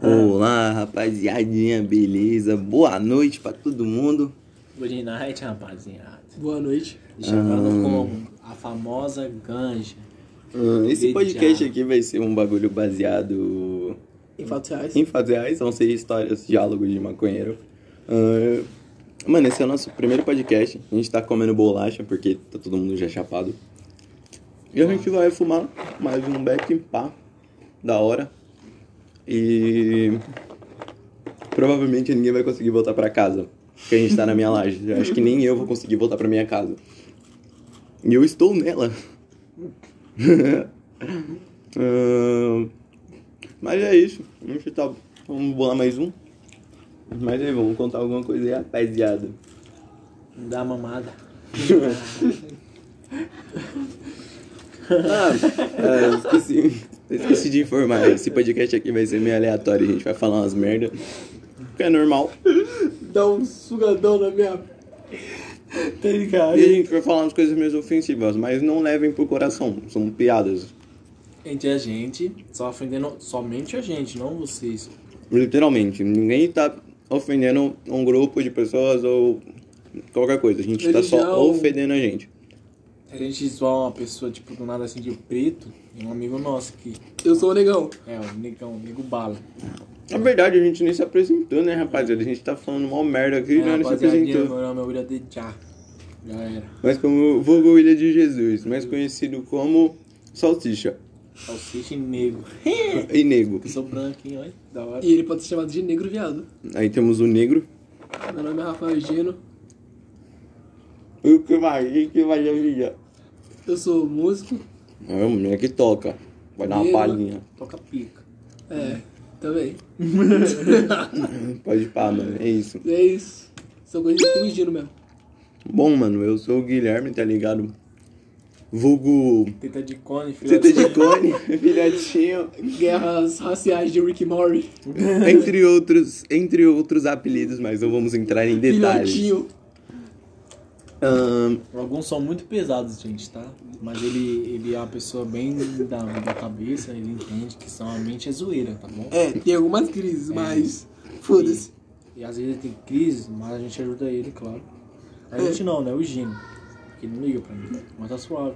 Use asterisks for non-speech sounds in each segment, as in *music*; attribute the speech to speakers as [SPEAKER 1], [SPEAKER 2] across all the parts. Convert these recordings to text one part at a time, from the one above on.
[SPEAKER 1] Olá, rapaziadinha, beleza? Boa noite pra todo mundo.
[SPEAKER 2] Good night, rapaziada.
[SPEAKER 3] Boa noite.
[SPEAKER 2] Chamado
[SPEAKER 1] Hum.
[SPEAKER 2] como a famosa ganja.
[SPEAKER 1] Ah, Esse
[SPEAKER 2] Beijar.
[SPEAKER 1] podcast aqui vai ser um bagulho baseado
[SPEAKER 3] Em fatos reais.
[SPEAKER 1] em fatos reais, vão ser histórias, diálogos de maconheiro. Ah, Mano, esse é o nosso primeiro podcast. A gente tá comendo bolacha porque tá todo mundo já chapado. E a gente vai fumar mais um beck pá, da hora. E provavelmente ninguém vai conseguir voltar pra casa, porque a gente tá na minha laje. Eu acho que nem eu vou conseguir voltar pra minha casa. E eu estou nela. Ahn, Mas é isso. Vamos chutar. Vamos bolar mais um. Mas aí, vamos contar alguma coisa aí, rapaziada.
[SPEAKER 2] Não dá mamada.
[SPEAKER 1] Ah, é, esqueci, esqueci de informar. Esse podcast aqui vai ser meio aleatório. A gente vai falar umas merda. Que é normal.
[SPEAKER 3] Dá um sugadão na minha. *laughs* Tá ligado?
[SPEAKER 1] E a gente vai falar umas coisas meio ofensivas, mas não levem pro coração. São piadas.
[SPEAKER 2] Entre a gente, só ofendendo somente a gente, não vocês.
[SPEAKER 1] Literalmente. Ninguém tá ofendendo um grupo de pessoas ou qualquer coisa. A gente tá só
[SPEAKER 3] Religião.
[SPEAKER 1] ofendendo a gente.
[SPEAKER 2] Se a gente zoar uma pessoa, tipo, do nada assim de preto, é um amigo nosso que
[SPEAKER 3] Eu sou o negão.
[SPEAKER 2] é o negão, o nego bala.
[SPEAKER 1] Na verdade, a gente nem se apresentou, né, rapaziada? A gente tá falando mal merda aqui e
[SPEAKER 2] É,
[SPEAKER 1] não se
[SPEAKER 2] rapaziadinha,
[SPEAKER 1] apresentou.
[SPEAKER 2] meu nome é William de Já. Já era.
[SPEAKER 1] Mas como vulgo Ilha de Jesus, mais conhecido como Salsicha
[SPEAKER 2] Salsicha e negro.
[SPEAKER 1] e Nego.
[SPEAKER 2] Eu sou branquinho, olha, da hora.
[SPEAKER 3] E ele pode ser chamado de negro viado.
[SPEAKER 1] Aí temos o Negro.
[SPEAKER 3] Meu nome é Rafael Gino.
[SPEAKER 1] E o que mais? O que mais amiga?
[SPEAKER 3] Eu sou músico.
[SPEAKER 1] É o menino que toca. Vai dar uma
[SPEAKER 3] Negro.
[SPEAKER 1] palhinha.
[SPEAKER 2] Toca pica.
[SPEAKER 3] É, também.
[SPEAKER 1] Pode pá, mano. É isso.
[SPEAKER 3] E é isso. São coisas de filme Gino mesmo.
[SPEAKER 1] Bom, mano, eu sou o Guilherme, tá ligado? Vulgo.
[SPEAKER 2] Teta de cone, filha
[SPEAKER 1] Teta de cone, *laughs* filhotinho.
[SPEAKER 3] Guerras raciais de Rick Mori.
[SPEAKER 1] Entre outros, entre outros apelidos, mas não vamos entrar em detalhes.
[SPEAKER 3] Filhotinho.
[SPEAKER 1] Ahn,
[SPEAKER 2] Alguns são muito pesados, gente, tá? Mas ele, ele é uma pessoa bem da, da cabeça, ele entende que são a mente é zoeira, tá bom?
[SPEAKER 3] É, tem algumas crises, mas. Foda-se.
[SPEAKER 2] E às vezes ele tem crise, mas a gente ajuda ele, claro. A gente não, né? O Gino. Porque ele não liga pra mim. Mas tá suave.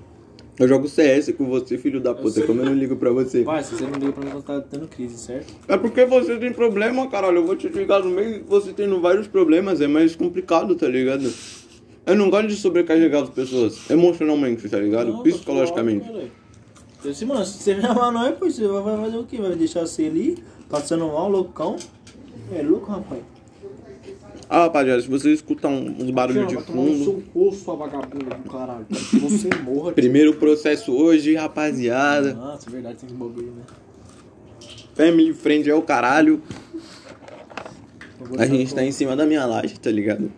[SPEAKER 1] eu jogo CS com você, filho da puta. Como eu não ligo pra você.
[SPEAKER 2] Vai, se você não liga pra mim, você tá tendo crise, certo?
[SPEAKER 1] É porque você tem problema, caralho. Eu vou te explicar no meio. Você tendo vários problemas, é mais complicado, tá ligado? Eu não gosto de sobrecarregar as pessoas emocionalmente, tá ligado?
[SPEAKER 2] Não, tá
[SPEAKER 1] Psicologicamente.
[SPEAKER 2] suave, caralho. Eu disse, mano, se você virar nós, pô, é você vai vai fazer o quê? Vai deixar você ali, passando mal, loucão? É louco, rapaz.
[SPEAKER 1] Ah, rapaziada, se você escutar um- uns barulhos de
[SPEAKER 2] Vai tomar no
[SPEAKER 1] fundo.
[SPEAKER 2] seu cu, sua vagabunda do caralho. Quero que Você é
[SPEAKER 1] *laughs*
[SPEAKER 2] morra,
[SPEAKER 1] Primeiro processo hoje, rapaziada.
[SPEAKER 2] Nossa, é verdade, tem esse bagulho, né?
[SPEAKER 1] Family friend é o caralho.
[SPEAKER 2] Eu vou
[SPEAKER 1] A
[SPEAKER 2] usar
[SPEAKER 1] gente tá
[SPEAKER 2] como-
[SPEAKER 1] em cima da minha laje, tá ligado?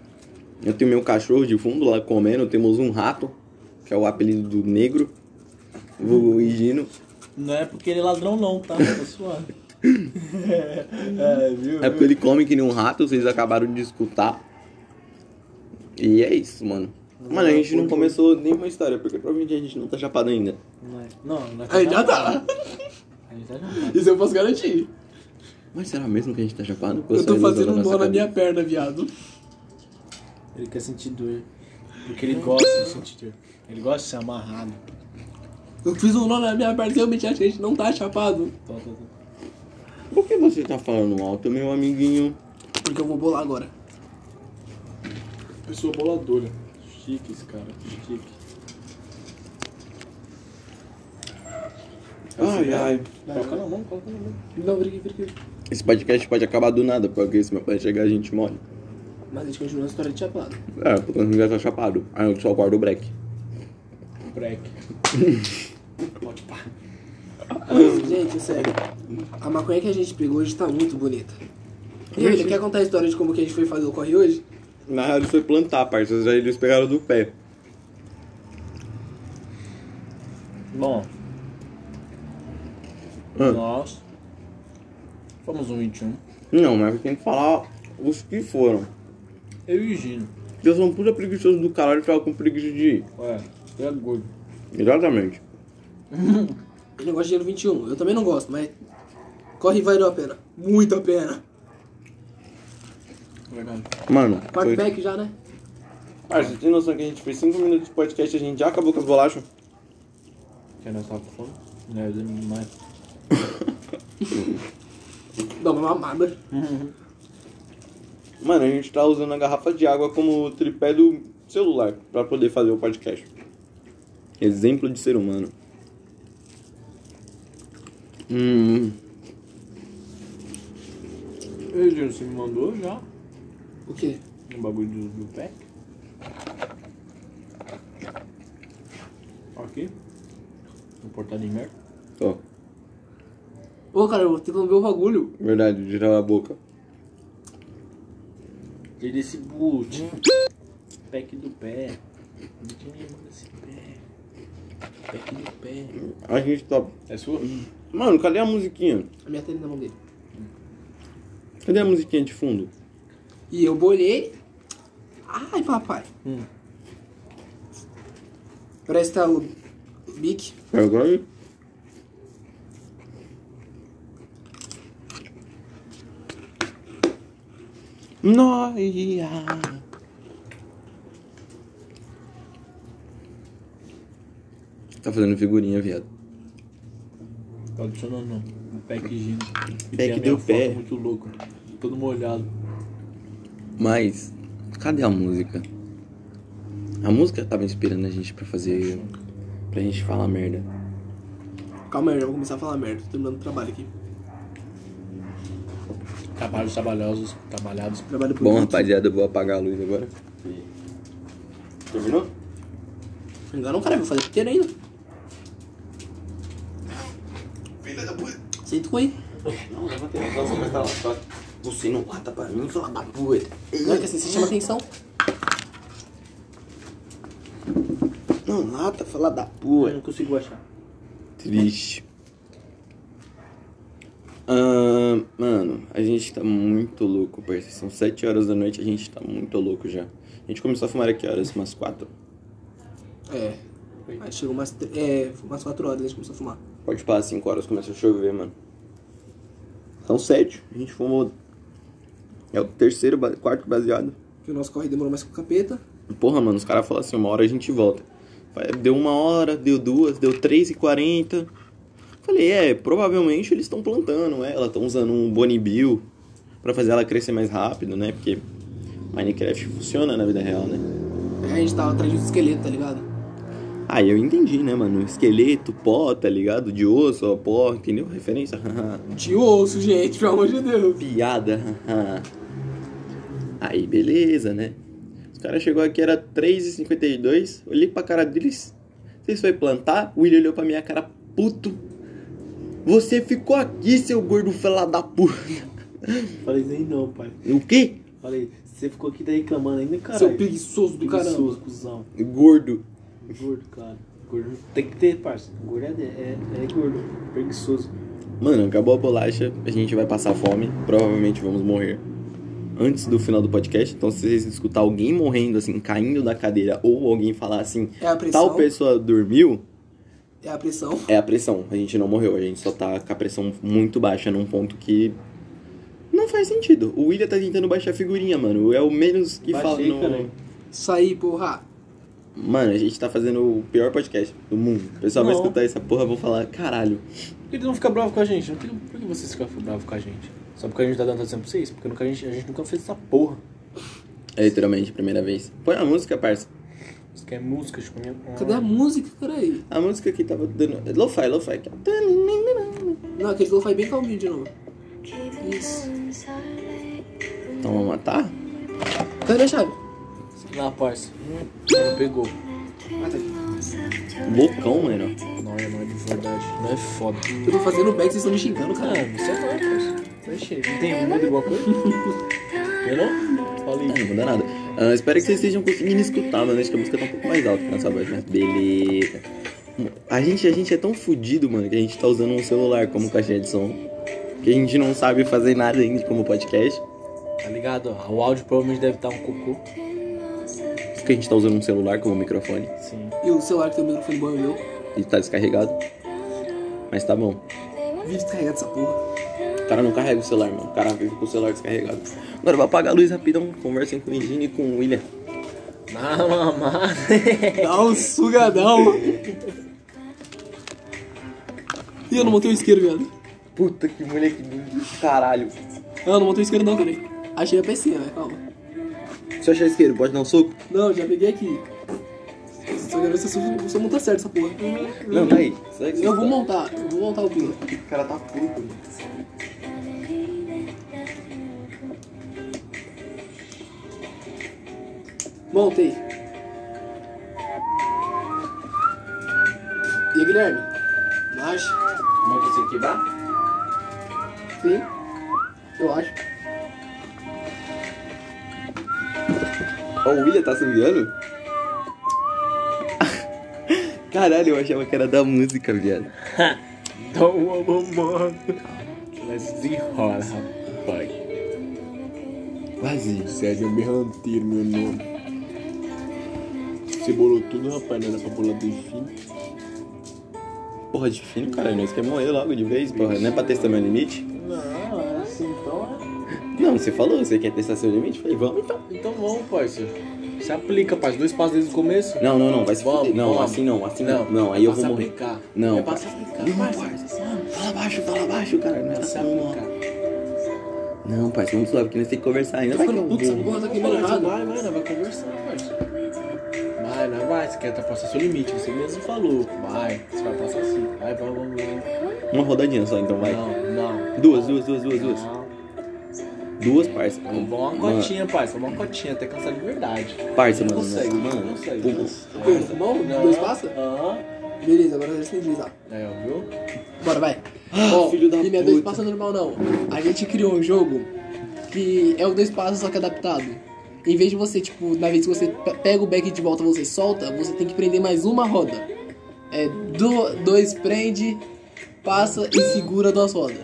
[SPEAKER 1] Eu tenho meu cachorro de fundo lá comendo, temos um rato, que é o apelido do negro, vulgo Higino.
[SPEAKER 2] Não é porque ele é ladrão não, tá? Tá suave. é, viu?
[SPEAKER 1] É porque ele come que nem um rato, vocês acabaram de escutar. E é isso, mano. Mano, a gente não começou nenhuma história, porque provavelmente a gente não tá chapado ainda.
[SPEAKER 2] Não, é- não, não é
[SPEAKER 3] Aí já tá.
[SPEAKER 2] A gente tá já.
[SPEAKER 3] Isso eu posso garantir.
[SPEAKER 1] Mas será mesmo que a gente tá chapado?
[SPEAKER 3] Eu tô
[SPEAKER 1] Gostaria de
[SPEAKER 3] fazendo
[SPEAKER 1] usar
[SPEAKER 3] um
[SPEAKER 1] nossa
[SPEAKER 3] nó na
[SPEAKER 1] cabeça.
[SPEAKER 3] minha perna, viado.
[SPEAKER 2] Ele quer sentir dor. Porque ele gosta de sentir dor. Ele gosta de ser amarrado.
[SPEAKER 3] Eu fiz um nó na minha perna, realmente acho que a gente não tá chapado.
[SPEAKER 2] Tó, tó, tó.
[SPEAKER 1] Por que você tá falando alto, meu amiguinho?
[SPEAKER 3] Porque eu vou bolar agora.
[SPEAKER 2] Pessoa boladora. Chique esse cara. Chique.
[SPEAKER 1] Ai, ai.
[SPEAKER 2] Coloca na mão, coloca na mão.
[SPEAKER 3] Não, brigue, brigue.
[SPEAKER 1] Esse podcast pode acabar do nada, porque se meu pai chegar a gente morre.
[SPEAKER 3] Mas a gente continua a história de chapado.
[SPEAKER 1] É, porque a gente já tá chapado. Aí eu só guardo o break.
[SPEAKER 2] Break. Pode pá.
[SPEAKER 3] Mas, gente, é sério. A maconha que a gente pegou hoje tá muito bonita. E ele quer contar a história de como que a gente foi fazer o corre hoje?
[SPEAKER 1] Na real, eles foi plantar, parça. Aí eles pegaram do pé.
[SPEAKER 2] Bom.
[SPEAKER 1] Hum.
[SPEAKER 2] Nós. Fomos um 21.
[SPEAKER 1] Não, mas tem que falar os que foram.
[SPEAKER 2] Eu e o Gino.
[SPEAKER 1] Eu sou um puta preguiçoso do caralho e tava com preguiça de ir.
[SPEAKER 2] Ué, tu é gordo.
[SPEAKER 1] Exatamente.
[SPEAKER 3] um, Ele não gosta de dinheiro 21. Eu também não gosto, mas Corre e valeu a pena. Muito a pena.
[SPEAKER 4] Verdade.
[SPEAKER 1] Mano,
[SPEAKER 3] Quarto
[SPEAKER 1] foi...
[SPEAKER 3] pack já, né?
[SPEAKER 1] Ah, você tem noção que a gente fez 5 minutos de podcast e a gente já acabou com as bolachas?
[SPEAKER 2] é
[SPEAKER 4] Quer nós tava com fome? Não, eu lembro mais.
[SPEAKER 3] Dá uma mamada.
[SPEAKER 4] Uhum.
[SPEAKER 1] Mano, a gente tá usando a garrafa de água como tripé do celular pra poder fazer o podcast. Exemplo de ser humano. Hum,
[SPEAKER 4] Ei, Júnior, você me mandou já
[SPEAKER 3] O quê?
[SPEAKER 4] o bagulho do, do pack? Aqui. No portal de merda.
[SPEAKER 1] ó,
[SPEAKER 3] Ô, cara, eu vou ter que lamber o bagulho.
[SPEAKER 1] verdade, girar a boca.
[SPEAKER 4] E desse boot. Pack do pé. Não tinha nenhum desse pé. Pack do pé.
[SPEAKER 1] A gente tá.
[SPEAKER 4] É sua?
[SPEAKER 1] Mano, cadê a musiquinha?
[SPEAKER 3] A minha tênis na mão dele.
[SPEAKER 1] Cadê a musiquinha de fundo?
[SPEAKER 3] E eu bolhei. Ai, papai.
[SPEAKER 4] Hum.
[SPEAKER 3] Parece que tá o Bic.
[SPEAKER 1] Agora. Noia! Tá fazendo figurinha, viado.
[SPEAKER 4] Tá adicionando não. Um pack gino. E
[SPEAKER 1] Pack
[SPEAKER 4] tem a minha
[SPEAKER 1] do
[SPEAKER 4] foto
[SPEAKER 1] pé.
[SPEAKER 4] muito louco. Todo molhado.
[SPEAKER 1] Mas, cadê a música? A música tava inspirando a gente pra fazer. pra gente falar merda.
[SPEAKER 3] Calma aí, eu já vou começar a falar merda. Tô terminando o trabalho aqui.
[SPEAKER 4] Trabalhos trabalhosos. Trabalhados.
[SPEAKER 3] Trabalho por
[SPEAKER 1] Bom, rapaziada, eu vou apagar a luz agora. Terminou?
[SPEAKER 3] Ainda não, cara, eu vou fazer pequeno ainda.
[SPEAKER 1] Filha da puta!
[SPEAKER 3] Senta com aí.
[SPEAKER 1] Não, levantei a mão, mas tá lá. Só você não mata pra mim, filha da puta.
[SPEAKER 3] Não, é que assim você chama atenção.
[SPEAKER 1] Não mata, fala da
[SPEAKER 4] Eu
[SPEAKER 1] puta.
[SPEAKER 4] não consigo achar.
[SPEAKER 1] Triste. Ah, mano, a gente tá muito louco, parceiro. São 7 horas da noite, a gente tá muito louco já. A gente começou a fumar aqui horas, umas 4.
[SPEAKER 3] É. Aí chegou umas, tre- é, umas 4 horas, a gente começou a fumar.
[SPEAKER 1] Pode parar 5 horas, começou a chover, mano. São 7, a gente fumou. É o terceiro, ba- quarto baseado.
[SPEAKER 3] Porque o nosso corre demorou mais que o capeta.
[SPEAKER 1] Porra, mano, os caras falam assim, uma hora a gente volta. Vai- Deu uma hora, deu duas, deu três e quarenta. Falei, é, provavelmente eles estão plantando ela, estão usando um Bonibil pra fazer ela crescer mais rápido, né? Porque Minecraft funciona na vida real, né?
[SPEAKER 3] Aí a gente tava atrás de um esqueleto, tá ligado?
[SPEAKER 1] Aí eu entendi, né, mano? Esqueleto, pó, tá ligado? De osso, ó, pó, entendeu? Referência, *laughs*
[SPEAKER 3] De osso, gente, pelo amor de Deus.
[SPEAKER 1] piada. *laughs* Aí, beleza, né? Os caras chegou aqui, era 3h52. Olhei pra cara deles. Vocês foi plantar? O William olhou pra minha cara, puto. Você ficou aqui, seu gordo fela da puta. *laughs*
[SPEAKER 2] Falei assim, não, pai.
[SPEAKER 1] O quê?
[SPEAKER 2] Falei, você ficou aqui tá reclamando ainda, cara.
[SPEAKER 3] Seu preguiçoso do caramba.
[SPEAKER 2] Preguiçoso, cuzão.
[SPEAKER 1] Gordo.
[SPEAKER 2] Gordo, cara. Gordo não tem que ter, parça. Gordo é, é, é gordo. Preguiçoso.
[SPEAKER 1] Mano, acabou a bolacha. A gente vai passar fome. Provavelmente vamos morrer. Antes do final do podcast. Então, se vocês escutar alguém morrendo, assim, caindo da cadeira, ou alguém falar assim,
[SPEAKER 3] É a pressão.
[SPEAKER 1] tal pessoa dormiu,
[SPEAKER 3] É a pressão.
[SPEAKER 1] É a pressão. A gente não morreu, a gente só tá com a pressão muito baixa num ponto que. Não faz sentido. O William tá tentando baixar a figurinha, mano. É o menos que fala.
[SPEAKER 2] Baixei,
[SPEAKER 1] no-
[SPEAKER 2] cara.
[SPEAKER 3] Isso aí, porra.
[SPEAKER 1] Mano, a gente tá fazendo o pior podcast do mundo. O pessoal vai
[SPEAKER 2] Não.
[SPEAKER 1] escutar essa porra, vão falar, caralho.
[SPEAKER 4] Por que eles não ficam bravos com a gente? Não tem... Por que vocês ficam bravos com a gente? Só porque a gente tá dando atenção pra vocês? Porque nunca, a, gente, a gente nunca fez essa porra.
[SPEAKER 1] É literalmente a primeira vez. Põe a música, parça.
[SPEAKER 4] Isso que é música, tipo, minha...
[SPEAKER 3] Cadê a música, cara aí?
[SPEAKER 1] A música que tava dando. Lo-fi, lo-fi.
[SPEAKER 3] Não, aquele lo faz bem calminho de novo. Isso.
[SPEAKER 1] Então vamos matar?
[SPEAKER 3] Cadê a chave?
[SPEAKER 4] Ah, Lá, parça. Hum, Não pegou.
[SPEAKER 3] Ah, tá aqui.
[SPEAKER 1] Loucão, mano.
[SPEAKER 4] Não é, não é de verdade. Não é foda.
[SPEAKER 3] Eu tô fazendo back, vocês estão me xingando, cara.
[SPEAKER 4] Mano, você é foda, parça. Oxê, não tem muda igual coisa? Eu não? Falei.
[SPEAKER 1] Ah, não muda nada. Ah, espero que vocês estejam conseguindo escutar, mano. Acho que a música tá um pouco mais alta que nessa voz, mas beleza. A gente, a gente é tão fudido, mano, que a gente tá usando um celular como caixinha de som. Que a gente não sabe fazer nada ainda como podcast.
[SPEAKER 4] Tá ligado? ó? O áudio provavelmente deve estar um cocô.
[SPEAKER 1] Porque a gente tá usando um celular como microfone
[SPEAKER 4] Sim.
[SPEAKER 3] E o celular que tem o microfone bom é o meu.
[SPEAKER 1] e tá descarregado. Mas tá bom.
[SPEAKER 3] Vídeo descarregado essa porra.
[SPEAKER 1] O cara não carrega o celular, mano. O cara vive com o celular descarregado. Agora vai apagar a luz rapidão. Conversem com o Engine e com o William.
[SPEAKER 4] Ah,
[SPEAKER 2] Na mamada.
[SPEAKER 4] Dá um sugadão.
[SPEAKER 3] Ih, eu não montei o isqueiro, viado.
[SPEAKER 1] Puta que moleque do caralho.
[SPEAKER 3] Ah, eu não montei o isqueiro não, peraí. Achei a pecinha, velho, calma.
[SPEAKER 1] Se eu achar isqueiro, pode dar um soco?
[SPEAKER 3] Não, já peguei aqui. Só quero ver se você- você monta certo essa porra.
[SPEAKER 1] Não, tá aí. Sai que você
[SPEAKER 3] Eu vou
[SPEAKER 1] tá.
[SPEAKER 3] montar, eu vou montar o pino.
[SPEAKER 1] O cara tá puto, mano.
[SPEAKER 3] Montei. E aí, Guilherme? Mas,
[SPEAKER 2] Monta sem quebrar?
[SPEAKER 3] sim, eu acho.
[SPEAKER 1] Ó, o William tá subiando? Caralho, eu achava que era da música, viado.
[SPEAKER 2] Dou uma mamada. Mas desenrola, rapaz.
[SPEAKER 1] Quase.
[SPEAKER 2] Sérgio Berranteiro, meu nome. Você bolou tudo, rapaz, não era pra bolar do fim.
[SPEAKER 1] Porra, de fino, caralho. Nós quer morrer logo de vez, porra. Não é pra testar meu limite?
[SPEAKER 2] Não, é assim então.
[SPEAKER 1] Não, você falou, você quer testar seu limite? Falei, vamos então.
[SPEAKER 2] Então vamos, parceiro. Se aplica, parceiro. Dois passos desde o começo.
[SPEAKER 1] Não, não, não, vai se
[SPEAKER 2] Vamos,
[SPEAKER 1] fuder. Não,
[SPEAKER 2] vamos.
[SPEAKER 1] assim não, assim não. Não, aí eu
[SPEAKER 2] pra
[SPEAKER 1] vou
[SPEAKER 2] se
[SPEAKER 1] morrer.
[SPEAKER 2] aplicar.
[SPEAKER 1] Não,
[SPEAKER 2] É pra
[SPEAKER 1] pai.
[SPEAKER 2] se aplicar,
[SPEAKER 1] Não,
[SPEAKER 2] parceiro.
[SPEAKER 1] parceiro. Fala baixo, fala baixo, cara. Não, é
[SPEAKER 2] Pra se
[SPEAKER 1] assim, não.
[SPEAKER 2] aplicar.
[SPEAKER 1] Não, parceiro, vamos suave, que nós temos que conversar ainda. Vai que eu
[SPEAKER 3] Ficando puto, essa
[SPEAKER 1] vou.
[SPEAKER 3] porra tá
[SPEAKER 2] Mano,
[SPEAKER 3] queimando
[SPEAKER 2] você
[SPEAKER 3] errado.
[SPEAKER 2] vai, vai, não, vai conversar, parceiro. Vai, não vai, você quer ultrapassar seu limite, você mesmo falou. Vai, você vai passar sim. Vai, vamos, vamos, vamos.
[SPEAKER 1] Uma rodadinha só, então, vai.
[SPEAKER 2] Não, não.
[SPEAKER 1] Duas, duas, duas, duas, duas.
[SPEAKER 2] Não.
[SPEAKER 1] Duas, parça.
[SPEAKER 2] Vamos uma cotinha, parça, vamos uma cotinha, até cansar de verdade.
[SPEAKER 1] Parça, mano. né?
[SPEAKER 2] Consegue,
[SPEAKER 1] Mano,
[SPEAKER 2] consegue.
[SPEAKER 1] pô,
[SPEAKER 3] Pino, tá bom? Dois passos?
[SPEAKER 2] Aham.
[SPEAKER 3] Beleza, agora deixa eu deslizar.
[SPEAKER 2] Aí, ó, viu?
[SPEAKER 3] Bora, vai.
[SPEAKER 1] Ah,
[SPEAKER 3] Ó,
[SPEAKER 1] filho da
[SPEAKER 3] e não é dois
[SPEAKER 1] puta.
[SPEAKER 3] passos normal, não. A gente criou um jogo que é o dois passos, só que adaptado. Em vez de você, tipo, na vez que você pe- pega o back de volta e você solta, você tem que prender mais uma roda. É do, dois, prende, passa e segura duas rodas.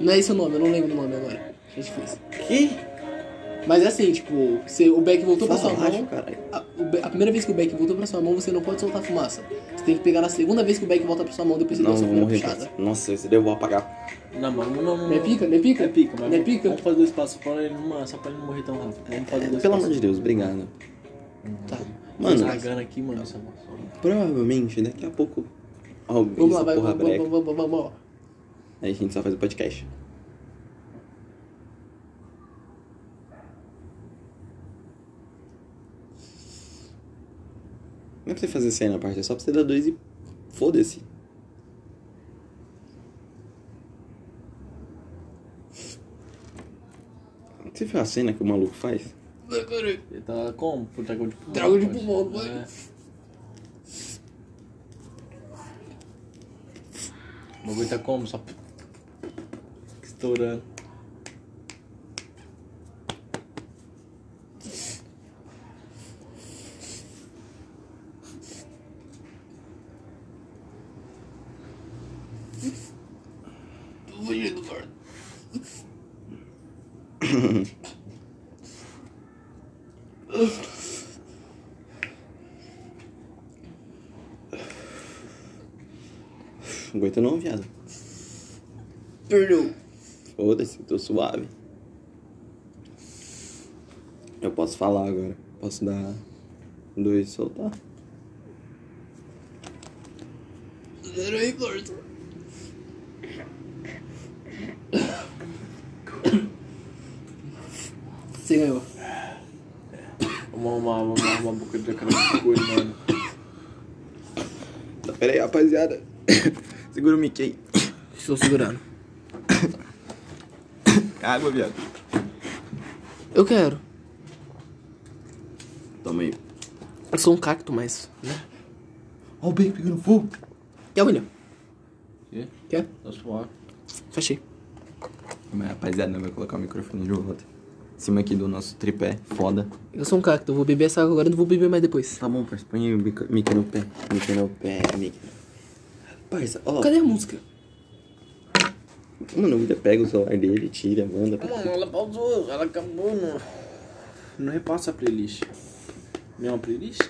[SPEAKER 3] Não é esse o nome, eu não lembro o nome agora. A gente fez.
[SPEAKER 1] Que? é
[SPEAKER 3] Mas é assim, tipo, você, o back voltou pra sua
[SPEAKER 1] Fala baixo,
[SPEAKER 3] mão.
[SPEAKER 1] caralho.
[SPEAKER 3] A, o be- a primeira vez que o back voltou pra sua mão, você não pode soltar fumaça. Você tem que pegar na segunda vez que o back volta pra sua mão, depois você
[SPEAKER 1] Não,
[SPEAKER 3] dá
[SPEAKER 1] vou
[SPEAKER 3] sua primeira
[SPEAKER 1] morrer.
[SPEAKER 3] puxada.
[SPEAKER 1] parça. Nossa, esse daí eu vou apagar.
[SPEAKER 2] Não, mas não, não, não.
[SPEAKER 3] Não é pica? Não é pica?
[SPEAKER 2] É pica, mas
[SPEAKER 3] Não é
[SPEAKER 2] vamos-
[SPEAKER 3] pica? É,
[SPEAKER 2] vamos fazer dois passos fora, ele não, só pra ele não morrer tão rápido. Vamos fazer dois
[SPEAKER 1] Pelo amor
[SPEAKER 2] passos.
[SPEAKER 1] de Deus, obrigado.
[SPEAKER 3] Tá.
[SPEAKER 1] Mano,
[SPEAKER 2] Estragando aqui, mano, essa moça.
[SPEAKER 1] provavelmente daqui a pouco. Alguém
[SPEAKER 3] Vamos lá,
[SPEAKER 1] essa
[SPEAKER 3] vai,
[SPEAKER 1] porra
[SPEAKER 3] vamos, vamos,
[SPEAKER 1] breca.
[SPEAKER 3] vamos, vamos, vamos.
[SPEAKER 1] Aí a gente só faz o podcast. Não é pra você fazer cena, parte. É só pra você dar dois e. Foda-se. Você viu a cena que o maluco faz?
[SPEAKER 2] Ele tá como? Por dragão de pulmão.
[SPEAKER 3] Dragão de
[SPEAKER 2] parça.
[SPEAKER 3] pulmão, mano.
[SPEAKER 4] né?
[SPEAKER 2] O bagulho tá como? Só. Estourando.
[SPEAKER 1] Não aguenta não, viado.
[SPEAKER 3] Perdeu.
[SPEAKER 1] Foda-se, tô suave. Eu posso falar agora. Posso dar um, dois e soltar.
[SPEAKER 3] Era aí, Florto. Você ganhou.
[SPEAKER 2] Uma, uma, uma, uma boca de cara de coisa, mano.
[SPEAKER 1] Tá, Pera aí, rapaziada. *coughs* Segura o Mickey.
[SPEAKER 3] Estou segurando.
[SPEAKER 1] *coughs* Água, viado.
[SPEAKER 3] Eu quero.
[SPEAKER 1] Toma aí.
[SPEAKER 3] Eu sou um cacto, mas. né?
[SPEAKER 1] Ó o bacon pegando fogo.
[SPEAKER 3] Quer, William?
[SPEAKER 2] Quê?
[SPEAKER 3] Quer?
[SPEAKER 2] Tá suave.
[SPEAKER 3] Fechei.
[SPEAKER 1] Mas, rapaziada, não vai colocar o microfone de volta. Em cima aqui do nosso tripé. Foda.
[SPEAKER 3] Eu sou um cacto, eu vou beber essa água agora e não vou beber mais depois.
[SPEAKER 1] Tá bom, parça. Põe aí o bico- Mickey no pé. Mickey no pé, Mickey. Parça, ó.
[SPEAKER 3] Cadê a música?
[SPEAKER 1] Mano, o William pega o celular dele, tira, manda. pra-
[SPEAKER 2] Mano, ela pausou, ela acabou, não. Não repassa a playlist. Não é uma playlist?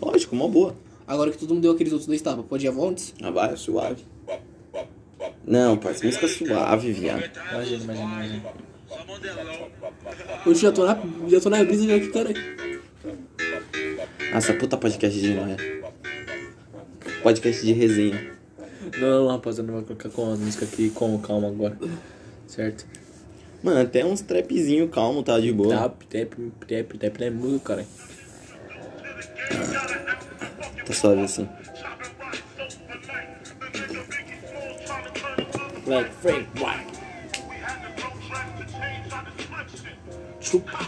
[SPEAKER 1] Lógico, mó boa.
[SPEAKER 3] Agora que todo mundo deu aqueles outros dois tapas, pode ir avó antes?
[SPEAKER 1] Ah, vai, suave. Não, parça, música suave, viado.
[SPEAKER 4] Imagina, imagina, imagina.
[SPEAKER 3] Eu já tô na, já tô na brisa já aqui, cara.
[SPEAKER 1] Nossa, puta podcast de noia. Podcast de resenha.
[SPEAKER 4] Não, não, rapaziada, vai colocar com as músicas aqui com calma agora. Certo?
[SPEAKER 1] Mano, até uns trapzinho calmo, tá de boa.
[SPEAKER 4] Tap, tap, tap, tap, não é música, cara.
[SPEAKER 1] Tá suave assim.
[SPEAKER 4] Like Frank White. Chupa.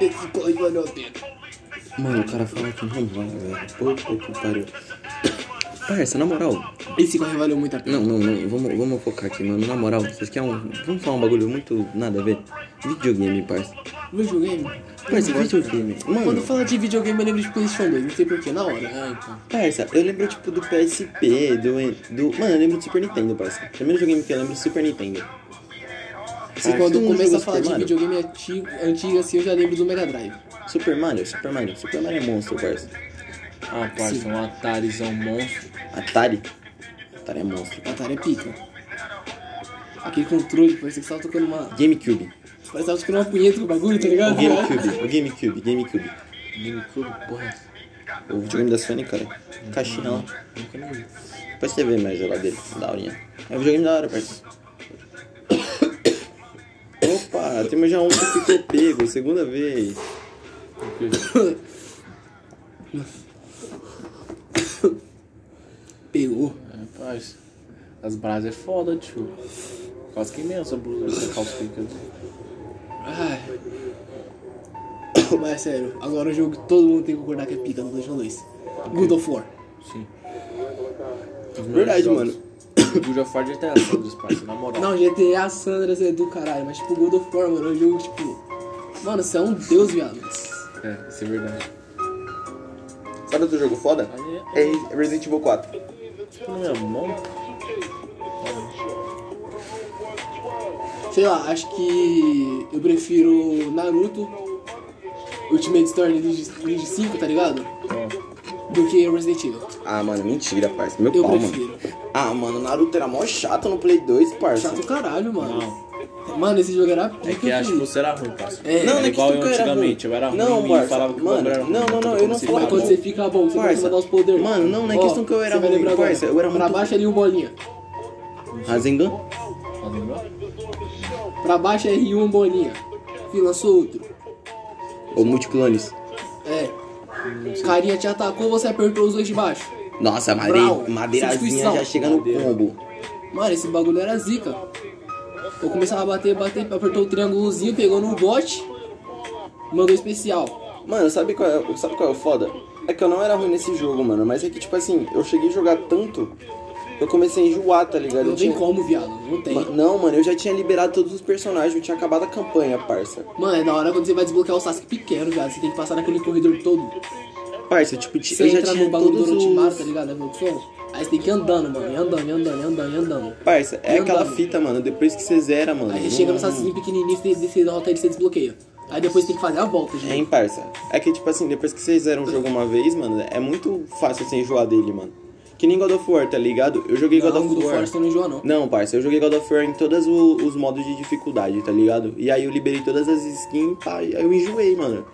[SPEAKER 3] Esse colega valeu a pena.
[SPEAKER 1] Mano, o cara fala que não vai, velho. Puta que pariu. Parça, na moral.
[SPEAKER 3] Esse corre valeu muito a pena.
[SPEAKER 1] Não, não, não. Vamos, vamos focar aqui, mano. Na moral, vocês querem um. Vamos falar um bagulho muito nada a ver? Videogame, parça.
[SPEAKER 3] Videogame?
[SPEAKER 1] Parça, videogame.
[SPEAKER 3] Quando
[SPEAKER 1] Mano,
[SPEAKER 3] fala de videogame, eu lembro de PlayStation 2, não sei porquê, na hora. Ah, então.
[SPEAKER 1] parça, eu lembro tipo do PSP, do. do... Mano, eu lembro do Super Nintendo, parça. Primeiro videogame que eu lembro é Super Nintendo.
[SPEAKER 3] Se
[SPEAKER 1] Ah,
[SPEAKER 3] quando
[SPEAKER 1] todo mundo
[SPEAKER 3] começa
[SPEAKER 1] jogou
[SPEAKER 3] a falar
[SPEAKER 1] Super
[SPEAKER 3] de
[SPEAKER 1] Mario?
[SPEAKER 3] videogame antigo, antigo assim, eu já lembro do Mega Drive.
[SPEAKER 1] Super Mario, Super Mario, Super Mario é monstro, parça.
[SPEAKER 4] Ah, parça, um Atarizão monstro.
[SPEAKER 1] Atari. Atari é monstro.
[SPEAKER 3] Atari é pica. Aquele controle, parece que você tava tocando uma.
[SPEAKER 1] GameCube.
[SPEAKER 3] Parece que tava tocando uma punheta com o bagulho, tá
[SPEAKER 1] O
[SPEAKER 3] ligado?
[SPEAKER 1] GameCube, o GameCube, GameCube.
[SPEAKER 4] Gamecube, porra.
[SPEAKER 1] O videogame da Sony, cara. Caixinha lá.
[SPEAKER 4] Nunca nem vi.
[SPEAKER 1] Depois você vê mais geladeira, daorinha. É um videogame da hora, parça. Opa, temos já um que ficou pego, segunda vez.
[SPEAKER 3] Pegou.
[SPEAKER 2] Rapaz, as brasas é foda, tio. Quase que imensa a blusa da calcifica.
[SPEAKER 3] Ai. *coughs* Mas é sério, agora o jogo que todo mundo tem que concordar que é pica no PlayStation 2. Good of War.
[SPEAKER 2] Sim.
[SPEAKER 1] Verdade, mano.
[SPEAKER 2] *coughs* O Júlio Ford até essa dos parceiros, na moral.
[SPEAKER 3] Não, GTA Sandras é do caralho, mas tipo, God of War, mano, é um jogo tipo. Mano, você é um deus, viado.
[SPEAKER 2] É, isso é verdade.
[SPEAKER 1] Sabe outro jogo foda? É Resident Evil 4.
[SPEAKER 2] Tipo, não é mão?
[SPEAKER 3] Sei lá, acho que eu prefiro Naruto, Ultimate Story Ninja, Ninja 5, tá ligado?
[SPEAKER 2] É.
[SPEAKER 3] Do que Resident Evil.
[SPEAKER 1] Ah, mano, mentira, parça. Meu
[SPEAKER 3] Eu
[SPEAKER 1] pau,
[SPEAKER 3] prefiro.
[SPEAKER 1] mano. Ah, mano, Naruto era mó chato no Play 2, parça.
[SPEAKER 3] Chato do caralho, mano. Mano, esse jogo era pica,
[SPEAKER 2] É que acho que
[SPEAKER 3] filho.
[SPEAKER 2] você era ruim, parceiro.
[SPEAKER 1] Não,
[SPEAKER 3] É,
[SPEAKER 1] não
[SPEAKER 2] Era
[SPEAKER 1] é que
[SPEAKER 2] igual
[SPEAKER 1] tu
[SPEAKER 2] eu
[SPEAKER 1] que era
[SPEAKER 2] antigamente,
[SPEAKER 1] ruim.
[SPEAKER 2] eu era ruim
[SPEAKER 1] não,
[SPEAKER 2] e
[SPEAKER 1] parça,
[SPEAKER 2] falava que o
[SPEAKER 1] mano,
[SPEAKER 2] bagulho era ruim. então
[SPEAKER 1] Não, não, não, eu não
[SPEAKER 2] Você
[SPEAKER 1] falava.
[SPEAKER 3] Mas quando
[SPEAKER 1] bom.
[SPEAKER 3] você fica bom, você
[SPEAKER 1] Parça.
[SPEAKER 3] começa a dar os poderes.
[SPEAKER 1] Mano, não, não é
[SPEAKER 3] Ó,
[SPEAKER 1] questão que eu era
[SPEAKER 3] você vai
[SPEAKER 1] ruim,
[SPEAKER 3] lembrar agora.
[SPEAKER 1] parça, eu era
[SPEAKER 3] Pra
[SPEAKER 1] muito-
[SPEAKER 3] baixo ali o bolinha.
[SPEAKER 1] Rasengan?
[SPEAKER 2] Tá lembrando?
[SPEAKER 3] Pra baixo é R1 bolinha. Fih, lançou outro.
[SPEAKER 1] Ou Multiclones?
[SPEAKER 3] É. Carinha te atacou, você apertou os dois de baixo.
[SPEAKER 1] Nossa,
[SPEAKER 3] Brau,
[SPEAKER 1] madeira, madeirazinha
[SPEAKER 3] substituição.
[SPEAKER 1] já chega no combo.
[SPEAKER 3] Mano, esse bagulho era zica. Eu começava a bater, bater, apertou o triângulozinho, pegou no bote, mandou especial.
[SPEAKER 1] Mano, sabe qual, é, sabe qual é o foda? É que eu não era ruim nesse jogo, mano. Mas é que, tipo assim, eu cheguei a jogar tanto, eu comecei a enjoar, tá ligado?
[SPEAKER 3] Não
[SPEAKER 1] Eu
[SPEAKER 3] tem
[SPEAKER 1] tinha-
[SPEAKER 3] como, viado. Não tem.
[SPEAKER 1] Ma- Não, mano, eu já tinha liberado todos os personagens, eu tinha acabado a campanha, parça.
[SPEAKER 3] Mano, é da hora quando você vai desbloquear o Sasuke pequeno, viado. Você tem que passar naquele corredor todo.
[SPEAKER 1] Parça, tipo, ti-
[SPEAKER 3] Você
[SPEAKER 1] eu já
[SPEAKER 3] entra
[SPEAKER 1] tinha
[SPEAKER 3] no bagulho do
[SPEAKER 1] todos
[SPEAKER 3] Orochimaru, tá
[SPEAKER 1] os...
[SPEAKER 3] ligado? É som. Aí você tem que ir andando, mano. E andando, e andando, e andando, e andando.
[SPEAKER 1] Parça, é
[SPEAKER 3] Não,
[SPEAKER 1] aquela
[SPEAKER 3] mano.
[SPEAKER 1] fita, mano, depois que você zera, mano...
[SPEAKER 3] Aí você chega no
[SPEAKER 1] não-
[SPEAKER 3] Sasuke pequenininho, você você derrota ele, você desbloqueia. Aí depois tem que fazer a volta,
[SPEAKER 1] É,
[SPEAKER 3] gente.
[SPEAKER 1] hein, parça? É que, tipo assim, depois que vocês zeram um jogo uma vez, mano, é muito fácil você enjoar dele, mano. Que nem God of War, tá ligado? Eu joguei God
[SPEAKER 3] Não,
[SPEAKER 1] of
[SPEAKER 3] do
[SPEAKER 1] War.
[SPEAKER 3] Forest não enjoa, não.
[SPEAKER 1] Não, parça, eu joguei God of War em todos o- os modos de dificuldade, tá ligado? E aí eu liberei todas as skins, pá, e aí eu enjoei, mano.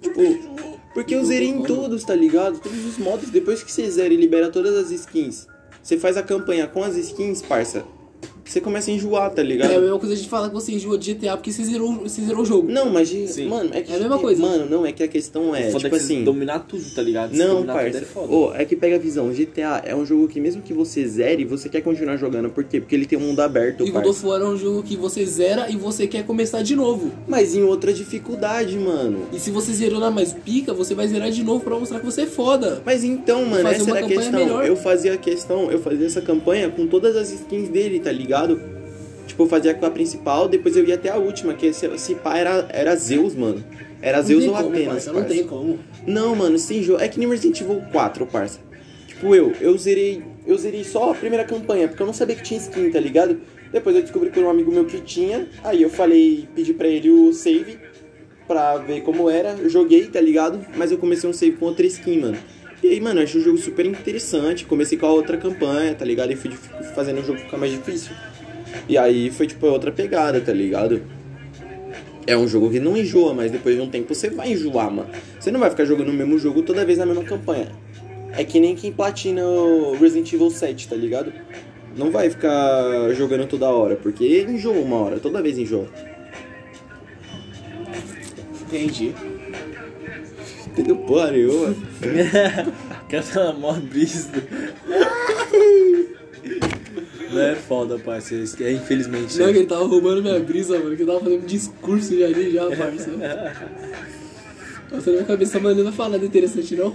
[SPEAKER 1] Tipo, porque eu zerei em todos, tá ligado? Todos os modos, depois que você zera e libera todas as skins, você faz a campanha com as skins, parça, você começa a enjoar, tá ligado?
[SPEAKER 3] É a mesma coisa de falar que você enjoa de GTA porque você zerou, você zerou o jogo.
[SPEAKER 1] Não, mas, de-
[SPEAKER 2] Sim.
[SPEAKER 1] mano, é que...
[SPEAKER 3] É a mesma coisa.
[SPEAKER 1] Mano, não, é que a questão é,
[SPEAKER 2] Foda
[SPEAKER 1] tipo
[SPEAKER 2] que se
[SPEAKER 1] assim...
[SPEAKER 2] dominar tudo, tá ligado? Se
[SPEAKER 1] Não,
[SPEAKER 2] dominar tudo
[SPEAKER 1] parça.
[SPEAKER 2] é foda.
[SPEAKER 1] Ô, é que pega a visão. GTA é um jogo que mesmo que você zere, você quer continuar jogando. Por quê? Porque ele tem um mundo aberto,
[SPEAKER 3] E God
[SPEAKER 1] parça.
[SPEAKER 3] of War é um jogo que você zera e você quer começar de novo.
[SPEAKER 1] Mas em outra dificuldade, mano.
[SPEAKER 3] E se você zerou na mais pica, você vai zerar de novo pra mostrar que você é foda.
[SPEAKER 1] Mas então, mano,
[SPEAKER 3] Fazer
[SPEAKER 1] essa
[SPEAKER 3] uma
[SPEAKER 1] era a
[SPEAKER 3] campanha
[SPEAKER 1] questão.
[SPEAKER 3] melhor.
[SPEAKER 1] Eu fazia a questão, eu fazia essa campanha com todas as skins dele, tá ligado? Tipo, eu fazia com a principal, depois eu ia até a última, que se, se pá era, era Zeus, mano. Era Zeus
[SPEAKER 3] não
[SPEAKER 1] ou
[SPEAKER 3] tem como,
[SPEAKER 1] Atenas,
[SPEAKER 3] parça, não
[SPEAKER 1] parça.
[SPEAKER 3] tem como.
[SPEAKER 1] Não, mano, sem jogo. É que nem Resident Evil 4, parça. Tipo, eu, eu zerei. Eu zerei só a primeira campanha, porque eu não sabia que tinha skin, tá ligado? Depois eu descobri por um amigo meu que tinha. Aí eu falei, pedi pra ele o save. pra ver como era, eu joguei, tá ligado? Mas eu comecei um save com outra skin, mano. E aí, mano, eu achei o jogo super interessante, comecei com a outra campanha, tá ligado? E fui dif- fazendo o jogo ficar mais difícil. E aí foi tipo outra pegada, tá ligado? É um jogo que não enjoa, mas depois de um tempo você vai enjoar, mano. Você não vai ficar jogando o mesmo jogo toda vez na mesma campanha. É que nem quem platina o Resident Evil 7, tá ligado? Não vai ficar jogando toda hora, porque enjoa uma hora, toda vez enjoa.
[SPEAKER 4] Entendi.
[SPEAKER 1] Entendeu? Porra nenhuma.
[SPEAKER 2] *laughs* Que essa é mó brisa. Não é foda, parceiro. isso que É infelizmente.
[SPEAKER 3] Não, que ele tava roubando minha brisa, mano, que eu tava fazendo discurso já ali, já,
[SPEAKER 1] *laughs*
[SPEAKER 3] parça. Nossa, na minha cabeça, mano, ele não fala nada interessante, não.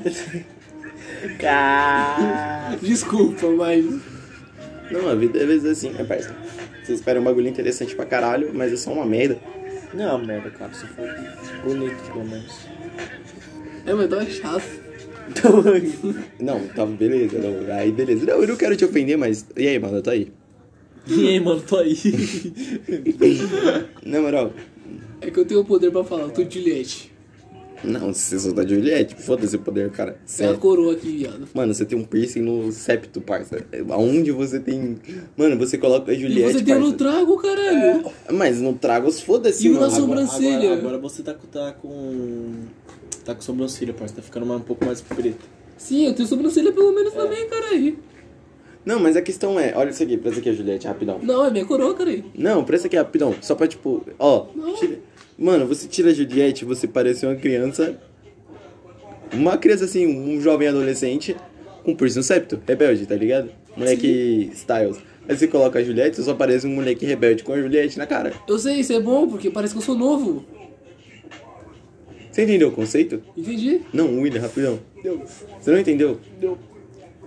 [SPEAKER 3] Desculpa, mas...
[SPEAKER 1] Não, a vida às vezes é assim, né, parça? Você espera um bagulho interessante pra caralho, mas é só uma merda.
[SPEAKER 2] Não é uma merda, cara. Você foi bonito, pelo menos.
[SPEAKER 3] É, mas tava chato.
[SPEAKER 1] Não, tá, beleza, não. Aí beleza. Não, eu não quero te ofender, mas. E aí, mano, tá aí?
[SPEAKER 2] E aí, mano, tô aí.
[SPEAKER 1] Na moral.
[SPEAKER 3] É que eu tenho o poder pra falar, eu tô Juliette.
[SPEAKER 1] Não, você só tá de Juliette, foda-se o poder, cara.
[SPEAKER 3] Você é a
[SPEAKER 1] Sério.
[SPEAKER 3] coroa aqui, viado.
[SPEAKER 1] Mano, você tem um piercing no septo, parça. Aonde você tem. Mano, você coloca a
[SPEAKER 3] E
[SPEAKER 1] Juliette.
[SPEAKER 3] você tem
[SPEAKER 1] parça. É.
[SPEAKER 3] um no trago, caralho.
[SPEAKER 1] Mas não trago os foda-se,
[SPEAKER 3] E o na
[SPEAKER 1] mano.
[SPEAKER 3] sombra-
[SPEAKER 1] Agora-
[SPEAKER 3] Sobrancelha.
[SPEAKER 2] Agora, agora você tá, com- tá com. Tá com sobrancelha, parceiro. Tá ficando mais- um pouco mais preto.
[SPEAKER 3] Sim, eu tenho sobrancelha pelo menos
[SPEAKER 1] É.
[SPEAKER 3] também, caralho.
[SPEAKER 1] Não, mas a questão é. Olha isso aqui, presta aqui a Juliette, rapidão.
[SPEAKER 3] Não, é minha coroa, caralho.
[SPEAKER 1] Não, presta aqui é rapidão. Só pra tipo. Ó. tira- Mano, você tira a Juliette, você parece uma criança. Uma criança assim, um jovem adolescente com piercing no septo, rebelde, tá ligado? Moleque Styles. Aí você coloca a Juliette, só parece um moleque rebelde com a Juliette na cara.
[SPEAKER 3] Eu sei, isso é bom, porque parece que eu sou novo.
[SPEAKER 1] Você entendeu o conceito?
[SPEAKER 3] Entendi?
[SPEAKER 1] Não, William, rapidão. Você não entendeu?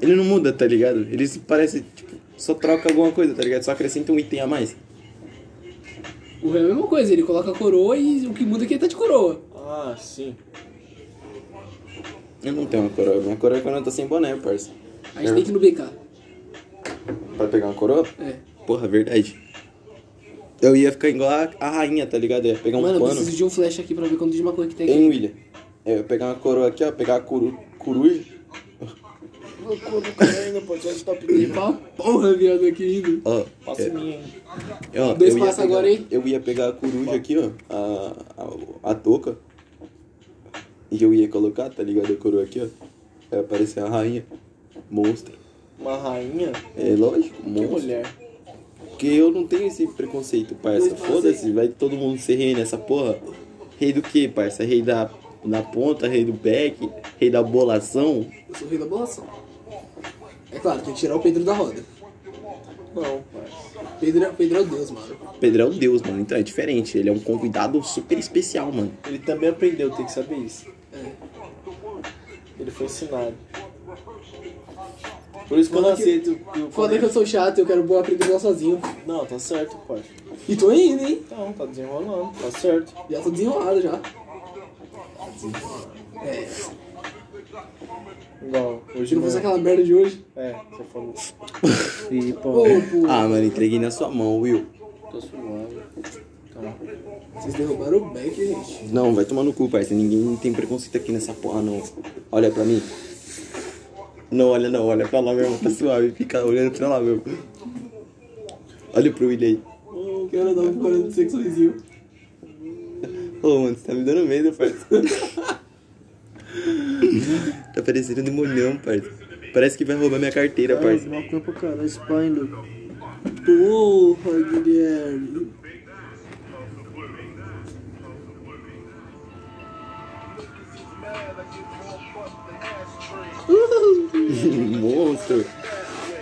[SPEAKER 1] Ele não muda, tá ligado? Ele se parece, tipo, só troca alguma coisa, tá ligado? Só acrescenta um item a mais.
[SPEAKER 3] O réu é a mesma coisa, ele coloca a coroa e o que muda é que ele tá de coroa.
[SPEAKER 2] Ah, sim.
[SPEAKER 1] Eu não tenho uma coroa. Minha coroa é quando eu tô sem boné, parça.
[SPEAKER 3] A
[SPEAKER 2] É.
[SPEAKER 3] gente tem que ir no BK.
[SPEAKER 1] Pra pegar uma coroa?
[SPEAKER 3] É.
[SPEAKER 1] Porra, verdade. Eu ia ficar igual a, a rainha, tá ligado? Eu ia pegar um
[SPEAKER 3] Mano, eu
[SPEAKER 1] pano.
[SPEAKER 3] preciso de um flash aqui pra ver quanto de maconha que tem tá aqui.
[SPEAKER 1] Hein, William? É, Eu ia pegar uma coroa aqui, ó. Pegar a coru, coruja.
[SPEAKER 3] Tem pau? Porra, viado, aqui ainda.
[SPEAKER 1] Ó.
[SPEAKER 2] Passa
[SPEAKER 1] é,
[SPEAKER 2] em mim, hein.
[SPEAKER 1] ó,
[SPEAKER 3] Dois
[SPEAKER 1] eu ia
[SPEAKER 3] passos
[SPEAKER 1] pegar-
[SPEAKER 3] agora, hein?
[SPEAKER 1] Eu ia pegar a coruja aqui, ó. A, a, a touca. E eu ia colocar, tá ligado? A coroa aqui, ó. Ia aparecer a rainha. Monstro.
[SPEAKER 2] Uma rainha?
[SPEAKER 1] É lógico, monstro.
[SPEAKER 2] Mulher.
[SPEAKER 1] Porque eu não tenho esse preconceito, parça. Foda-se, vai todo mundo ser rei nessa porra. Rei do que, parça? Rei da, da ponta, rei do back, rei da bolação.
[SPEAKER 3] Eu sou o rei da bolação. É claro, tem que tirar o Pedro da roda.
[SPEAKER 2] Não, parceiro.
[SPEAKER 3] Pedro, é- Pedro é o Deus, mano.
[SPEAKER 1] Pedro é um deus, mano. Então é diferente. Ele é um convidado super especial, mano.
[SPEAKER 2] Ele também aprendeu, tem que saber isso.
[SPEAKER 3] É.
[SPEAKER 2] Ele foi ensinado. Por isso que eu não
[SPEAKER 3] Foda que-
[SPEAKER 2] aceito. que o-
[SPEAKER 3] Foda que eu sou chato, eu quero boa aprender lá sozinho.
[SPEAKER 2] Não, tá certo, parceiro.
[SPEAKER 3] E tô indo, hein?
[SPEAKER 2] Não, tá desenrolando, tá certo.
[SPEAKER 3] Já tô desenrolado já. É.
[SPEAKER 2] Igual,
[SPEAKER 3] Se
[SPEAKER 2] hoje
[SPEAKER 3] não fosse
[SPEAKER 2] mesmo.
[SPEAKER 3] aquela merda de hoje.
[SPEAKER 2] É, você
[SPEAKER 1] *laughs*
[SPEAKER 2] falou. E,
[SPEAKER 3] Pô,
[SPEAKER 2] pô,
[SPEAKER 3] pô.
[SPEAKER 1] Ah, mano, entreguei na sua mão, Will.
[SPEAKER 2] tô suando. Tá.
[SPEAKER 3] Vocês derrubaram o Beck, gente.
[SPEAKER 1] Não, vai tomar no cu, parça. Ninguém tem preconceito aqui nessa porra, não. Olha pra mim. Não, olha não, olha pra lá mesmo, tá suave. Fica olhando pra lá mesmo. Olha pro William aí.
[SPEAKER 3] Que hora tava procurando ser sorrisinho.
[SPEAKER 1] Ô, mano, você tá me dando medo,
[SPEAKER 3] *laughs*
[SPEAKER 1] parça. tá parecendo um demonião, parça. Parece que vai roubar minha carteira,
[SPEAKER 3] *laughs*
[SPEAKER 1] parça.
[SPEAKER 2] Maconha pra caralho, spaindo.
[SPEAKER 3] Porra, Guilherme.
[SPEAKER 1] Monstro.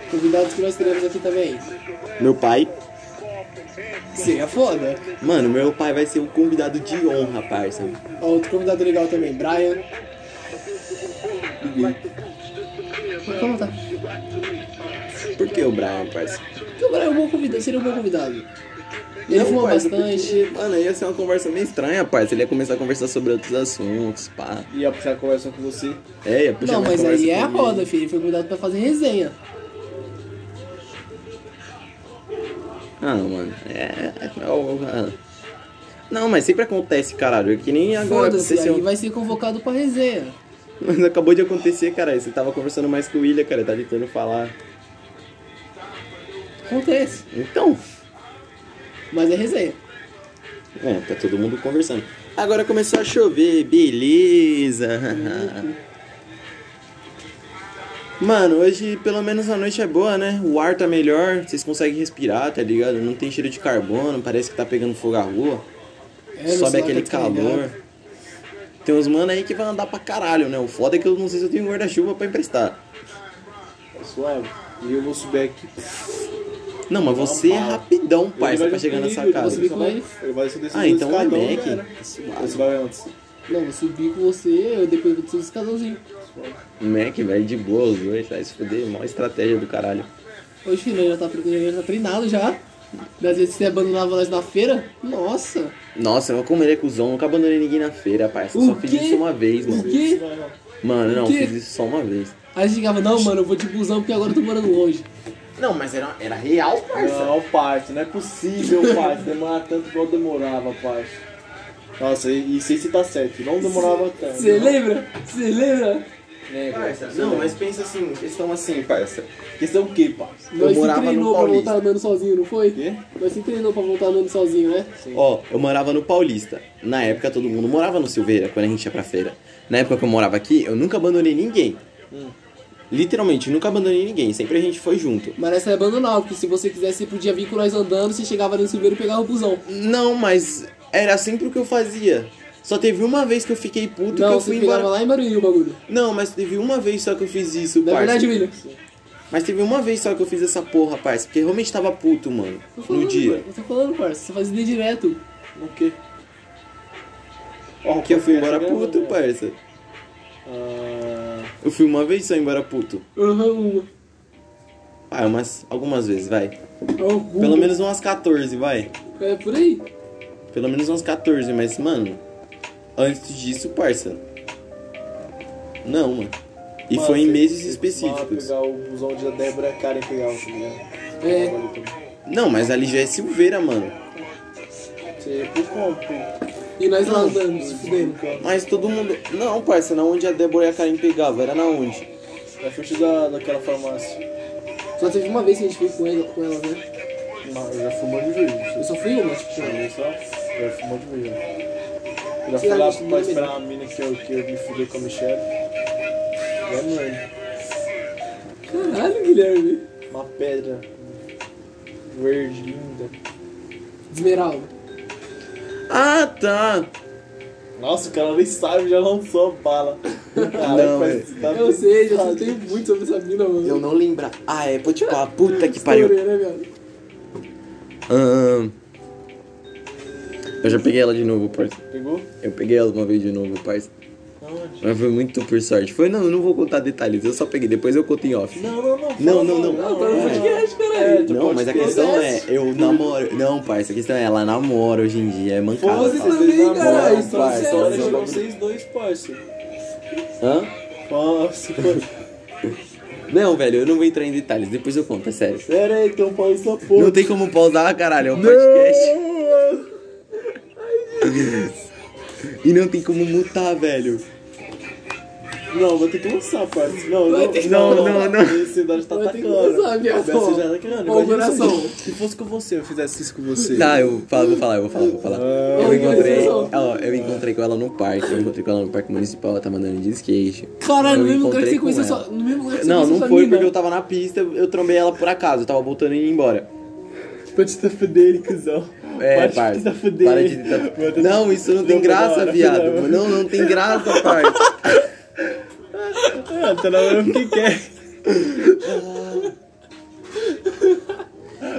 [SPEAKER 3] Convidados que nós teremos aqui também.
[SPEAKER 1] Meu pai.
[SPEAKER 3] Seria foda.
[SPEAKER 1] Mano, meu pai vai ser um convidado de honra, parça.
[SPEAKER 3] Ó, Outro convidado legal também, Brian. Pode comentar.
[SPEAKER 1] Por que o Brian, parça?
[SPEAKER 3] Porque o Brian é um bom convidado, seria um bom convidado. Ele fuma
[SPEAKER 1] parça,
[SPEAKER 3] bastante.
[SPEAKER 1] porque, mano, ia ser uma conversa meio estranha, parça. Ele ia começar a conversar sobre outros assuntos, pá.
[SPEAKER 2] E a puxar a conversa com você.
[SPEAKER 1] É, ia puxar
[SPEAKER 3] Não,
[SPEAKER 1] minha
[SPEAKER 3] mas
[SPEAKER 1] conversa
[SPEAKER 3] aí é a
[SPEAKER 1] com ele.
[SPEAKER 3] roda, filho. Ele foi convidado pra fazer resenha.
[SPEAKER 1] Ah, mano. É. é o- ah. Não, mas sempre acontece, caralho. É que nem agora
[SPEAKER 3] Foda-se,
[SPEAKER 1] aconteceu.
[SPEAKER 3] aí vai ser convocado pra resenha.
[SPEAKER 1] Mas acabou de acontecer, caralho. Você tava conversando mais com o William, cara. Tá tentando falar.
[SPEAKER 3] Acontece,
[SPEAKER 1] Então,
[SPEAKER 3] mas é resenha.
[SPEAKER 1] é, tá todo mundo conversando. Agora começou a chover, beleza. *laughs* Mano, hoje pelo menos a noite é boa, né? O ar tá melhor, vocês conseguem respirar, tá ligado? Não tem cheiro de carbono, parece que tá pegando fogo à rua.
[SPEAKER 3] É, meu
[SPEAKER 1] Sobe
[SPEAKER 3] celular
[SPEAKER 1] aquele
[SPEAKER 3] tá descarregado.
[SPEAKER 1] calor. Tem uns mano aí que vai andar pra caralho, né? O foda é que eu não sei se eu tenho guarda-chuva pra emprestar.
[SPEAKER 2] É suave. E eu vou subir aqui.
[SPEAKER 1] Não, mas você é rapidão, pai, você tá chegando nessa casa.
[SPEAKER 3] subir com ele.
[SPEAKER 2] Ele vai subir
[SPEAKER 1] Ah, então é
[SPEAKER 2] escadão, já era.
[SPEAKER 1] Mac. Suave.
[SPEAKER 2] Você vai antes.
[SPEAKER 3] Não, vou subir com você, eu depois vou subir esse escadãozinho.
[SPEAKER 1] Mac, velho, de boa os dois, vai se fuder, mó estratégia do caralho.
[SPEAKER 3] Hoje filho, já tá, já tá treinado já. Das vezes que você abandonava nós na feira, nossa.
[SPEAKER 1] Nossa, mas como ele é cuzão, nunca abandonei ninguém na feira, parça. Eu
[SPEAKER 3] O
[SPEAKER 1] só fiz
[SPEAKER 3] quê?
[SPEAKER 1] isso uma vez,
[SPEAKER 3] O
[SPEAKER 1] mano.
[SPEAKER 3] quê?
[SPEAKER 1] Mano, não,
[SPEAKER 3] O quê?
[SPEAKER 1] fiz isso só uma vez.
[SPEAKER 3] Aí chegava, não, mano, eu vou de busão porque agora eu tô morando longe.
[SPEAKER 1] Não, mas era, era real,
[SPEAKER 2] Não, parça, não
[SPEAKER 1] *laughs*
[SPEAKER 2] é possível, parça. Demora tanto igual demorava, parça. Nossa, e, e sei se tá certo, não demorava tanto. né,
[SPEAKER 3] Você lembra? Você lembra? É,
[SPEAKER 1] Parça, não, mas pensa assim, questão assim, parça.
[SPEAKER 2] Questão o quê, parça?
[SPEAKER 1] Eu
[SPEAKER 3] Nós se
[SPEAKER 1] morava no
[SPEAKER 3] treinou pra
[SPEAKER 1] Paulista.
[SPEAKER 3] voltar andando sozinho, não foi?
[SPEAKER 2] Quê?
[SPEAKER 3] Nós se treinou pra voltar andando sozinho, né?
[SPEAKER 1] Ó, eu morava no Paulista. Na época todo mundo morava no Silveira, quando a gente ia pra feira. Na época que eu morava aqui, eu nunca abandonei ninguém.
[SPEAKER 3] Hum.
[SPEAKER 1] Literalmente, nunca abandonei ninguém. Sempre a gente foi junto.
[SPEAKER 3] Mas essa é abandonada, porque se você quisesse, você podia vir com nós andando, você chegava ali no silveiro e pegava o busão.
[SPEAKER 1] Não, mas era sempre o que eu fazia. Só teve uma vez que eu fiquei puto que
[SPEAKER 3] não,
[SPEAKER 1] eu
[SPEAKER 3] você
[SPEAKER 1] fui
[SPEAKER 3] pegava
[SPEAKER 1] embora.
[SPEAKER 3] lá em Barueri o bagulho.
[SPEAKER 1] Não, mas teve uma vez só que eu fiz isso,
[SPEAKER 3] Não é
[SPEAKER 1] parça.
[SPEAKER 3] verdade, William?
[SPEAKER 1] Mas teve uma vez só que eu fiz essa porra, parça. Porque eu realmente tava puto, mano.
[SPEAKER 3] Tô falando,
[SPEAKER 1] No dia.
[SPEAKER 3] mano, Eu tô falando, parça. Você fazia direto.
[SPEAKER 2] O quê? Ó,
[SPEAKER 1] Que eu fui embora
[SPEAKER 2] chegando,
[SPEAKER 1] puto,
[SPEAKER 2] né?
[SPEAKER 1] parça.
[SPEAKER 2] Ah,
[SPEAKER 1] Eu fui uma vez só embora puto.
[SPEAKER 3] Aham, uma.
[SPEAKER 1] Ah, umas, algumas vezes, vai.
[SPEAKER 3] Alguma.
[SPEAKER 1] Pelo menos umas 14, vai.
[SPEAKER 3] É por aí.
[SPEAKER 1] Pelo menos umas 14, mas, mano. Antes disso, parça. Não, mano. E
[SPEAKER 2] mano,
[SPEAKER 1] foi em
[SPEAKER 2] você-
[SPEAKER 1] meses
[SPEAKER 2] você
[SPEAKER 1] específicos.
[SPEAKER 2] costumava pegar o busão de Débora Karen pegava, tá ligado?
[SPEAKER 3] É.
[SPEAKER 2] Olha, então,
[SPEAKER 1] Não, mas ali já é Silveira, mano.
[SPEAKER 2] Você por compra.
[SPEAKER 3] E nós lá andando, se fudendo.
[SPEAKER 1] Mas todo mundo. Não, parça, na onde a Débora e a Karen pegavam, era na onde?
[SPEAKER 2] Na frente da, daquela farmácia.
[SPEAKER 3] Só teve uma vez que a gente foi com ela, com ela né?
[SPEAKER 2] Não, eu já fui um monte de vezes.
[SPEAKER 3] Eu só fui uma, tipo,
[SPEAKER 2] Deixa eu ver só. Já fui um monte de vezes. Eu Já fui
[SPEAKER 3] Sei lá,
[SPEAKER 2] lá
[SPEAKER 3] acho que
[SPEAKER 2] pra
[SPEAKER 3] não é
[SPEAKER 2] esperar a mina que eu, que eu me fudei com a Michelle. É, mano.
[SPEAKER 3] caralho, Guilherme.
[SPEAKER 2] Uma pedra verde, linda.
[SPEAKER 3] Esmeralda.
[SPEAKER 1] Ah, tá.
[SPEAKER 2] Nossa, o cara nem sabe, já lançou a
[SPEAKER 1] *laughs*
[SPEAKER 2] bala. Caralho, tá
[SPEAKER 1] velho.
[SPEAKER 2] mas dá
[SPEAKER 3] Eu sei, já escutei muito sobre essa mina, mano.
[SPEAKER 1] Eu não lembro. Ah, é, pô, tipo, a puta que
[SPEAKER 3] História,
[SPEAKER 1] pariu.
[SPEAKER 3] né, viado?
[SPEAKER 1] Ahn. eu já peguei ela de novo, parça.
[SPEAKER 2] Pegou?
[SPEAKER 1] Eu peguei ela uma vez de novo, parça.
[SPEAKER 2] Aonde?
[SPEAKER 1] Mas foi muito por sorte. Foi, não, eu não vou contar detalhes, eu só peguei, depois eu conto em off.
[SPEAKER 2] Não, não, não.
[SPEAKER 1] Não,
[SPEAKER 2] fala,
[SPEAKER 1] não, não.
[SPEAKER 3] Ah, tá no podcast,
[SPEAKER 2] É,
[SPEAKER 3] caralho.
[SPEAKER 2] tu
[SPEAKER 1] Não,
[SPEAKER 2] pode
[SPEAKER 1] mas a
[SPEAKER 2] ter-
[SPEAKER 1] questão é, eu namoro. Não, parça, a questão é, ela namora hoje em dia, é mancada.
[SPEAKER 3] Foda-se.
[SPEAKER 1] fala.
[SPEAKER 2] Vocês dois
[SPEAKER 3] também, caralho,
[SPEAKER 2] namoram,
[SPEAKER 3] isso
[SPEAKER 2] parça.
[SPEAKER 3] é
[SPEAKER 2] Olha
[SPEAKER 3] sério.
[SPEAKER 2] de vocês dois, parça.
[SPEAKER 1] Hã?
[SPEAKER 2] Nossa, parça.
[SPEAKER 1] Não, velho, eu não vou entrar em detalhes, depois eu conto, é sério.
[SPEAKER 2] Pera aí, então pausa essa porra.
[SPEAKER 1] Não tem como pausar, caralho, é um podcast. E não tem como mutar, velho.
[SPEAKER 2] Não, vou ter que lançar, parça. Não,
[SPEAKER 3] Vai
[SPEAKER 2] não,
[SPEAKER 3] ter que-
[SPEAKER 1] Não, não, não.
[SPEAKER 2] A necessidade tá
[SPEAKER 3] Vai ter que
[SPEAKER 2] atacando.
[SPEAKER 3] lançar, viado.
[SPEAKER 2] Cabeça já tá atacando.
[SPEAKER 3] Ó, o
[SPEAKER 2] Imagina se-
[SPEAKER 3] coração.
[SPEAKER 2] Se fosse com você, eu fizesse isso com você.
[SPEAKER 1] Tá, eu falo, vou falar, eu vou falar, eu vou falar. Eu
[SPEAKER 3] Ô,
[SPEAKER 1] encontrei,
[SPEAKER 3] Guilherme.
[SPEAKER 1] ó, eu encontrei com ela no parque, eu encontrei com ela no parque municipal, ela tava andando de skate.
[SPEAKER 3] Caralho,
[SPEAKER 1] Eu
[SPEAKER 3] no mesmo lugar
[SPEAKER 1] encontrei
[SPEAKER 3] que você
[SPEAKER 1] com
[SPEAKER 3] conheceu
[SPEAKER 1] ela.
[SPEAKER 3] sua. No mesmo lugar que você
[SPEAKER 1] Não,
[SPEAKER 3] conheceu
[SPEAKER 1] não
[SPEAKER 3] sua
[SPEAKER 1] foi
[SPEAKER 3] mina.
[SPEAKER 1] porque eu tava na pista, eu trombei ela por acaso, eu tava voltando e indo embora.
[SPEAKER 2] Pode te fuder ele, cuzão.
[SPEAKER 1] É,
[SPEAKER 2] Pode
[SPEAKER 1] parça.
[SPEAKER 2] te fuder
[SPEAKER 1] Para de
[SPEAKER 2] ele. Vai
[SPEAKER 1] tentar...
[SPEAKER 2] ter-
[SPEAKER 1] Não, isso não tem
[SPEAKER 2] Não,
[SPEAKER 1] graça,
[SPEAKER 2] não,
[SPEAKER 1] viado.
[SPEAKER 2] não.
[SPEAKER 1] Não, não tem graça, parça.
[SPEAKER 2] Ah, tá na hora do que quer.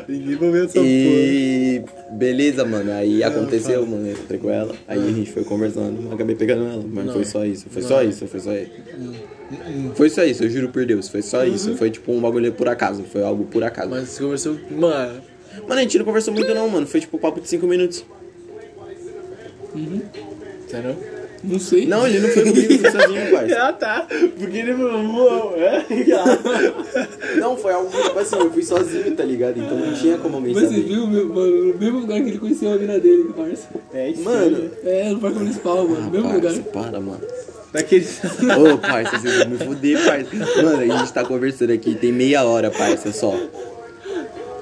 [SPEAKER 2] Ninguém vai ver essa
[SPEAKER 1] E beleza, mano. Aí aconteceu, mano. Eu encontrei com ela. Aí a gente foi conversando. eu Acabei pegando ela. Mas
[SPEAKER 3] é.
[SPEAKER 1] foi só isso. Foi só isso. Foi só isso.
[SPEAKER 3] Hum,
[SPEAKER 1] Foi só isso. Eu juro por Deus. Foi só
[SPEAKER 3] Uhum.
[SPEAKER 1] isso. Foi tipo um bagulho por acaso. Foi algo por acaso.
[SPEAKER 2] Mas você conversou. Mano.
[SPEAKER 1] Mano, a gente não conversou muito, não, mano. Foi tipo papo de 5 minutos.
[SPEAKER 2] Sério?
[SPEAKER 3] Não sei.
[SPEAKER 1] Não, ele não foi comigo,
[SPEAKER 3] *laughs*
[SPEAKER 1] foi sozinho, parça.
[SPEAKER 2] Ah tá, porque ele falou, é?
[SPEAKER 1] Não foi algo, tipo assim, eu fui sozinho, tá ligado? Então não tinha como alguém
[SPEAKER 3] Mas você
[SPEAKER 1] saber.
[SPEAKER 3] viu, meu, mano, no mesmo lugar que ele conheceu a mina dele, parça.
[SPEAKER 2] É isso.
[SPEAKER 1] Mano,
[SPEAKER 3] É, no parque municipal, mano, no mesmo
[SPEAKER 1] parça,
[SPEAKER 3] lugar. né?
[SPEAKER 1] para, mano.
[SPEAKER 2] Daqueles.
[SPEAKER 1] Ô, parça, vocês vão me fuder, parça. Mano, a gente tá conversando aqui, tem meia hora, parça, só.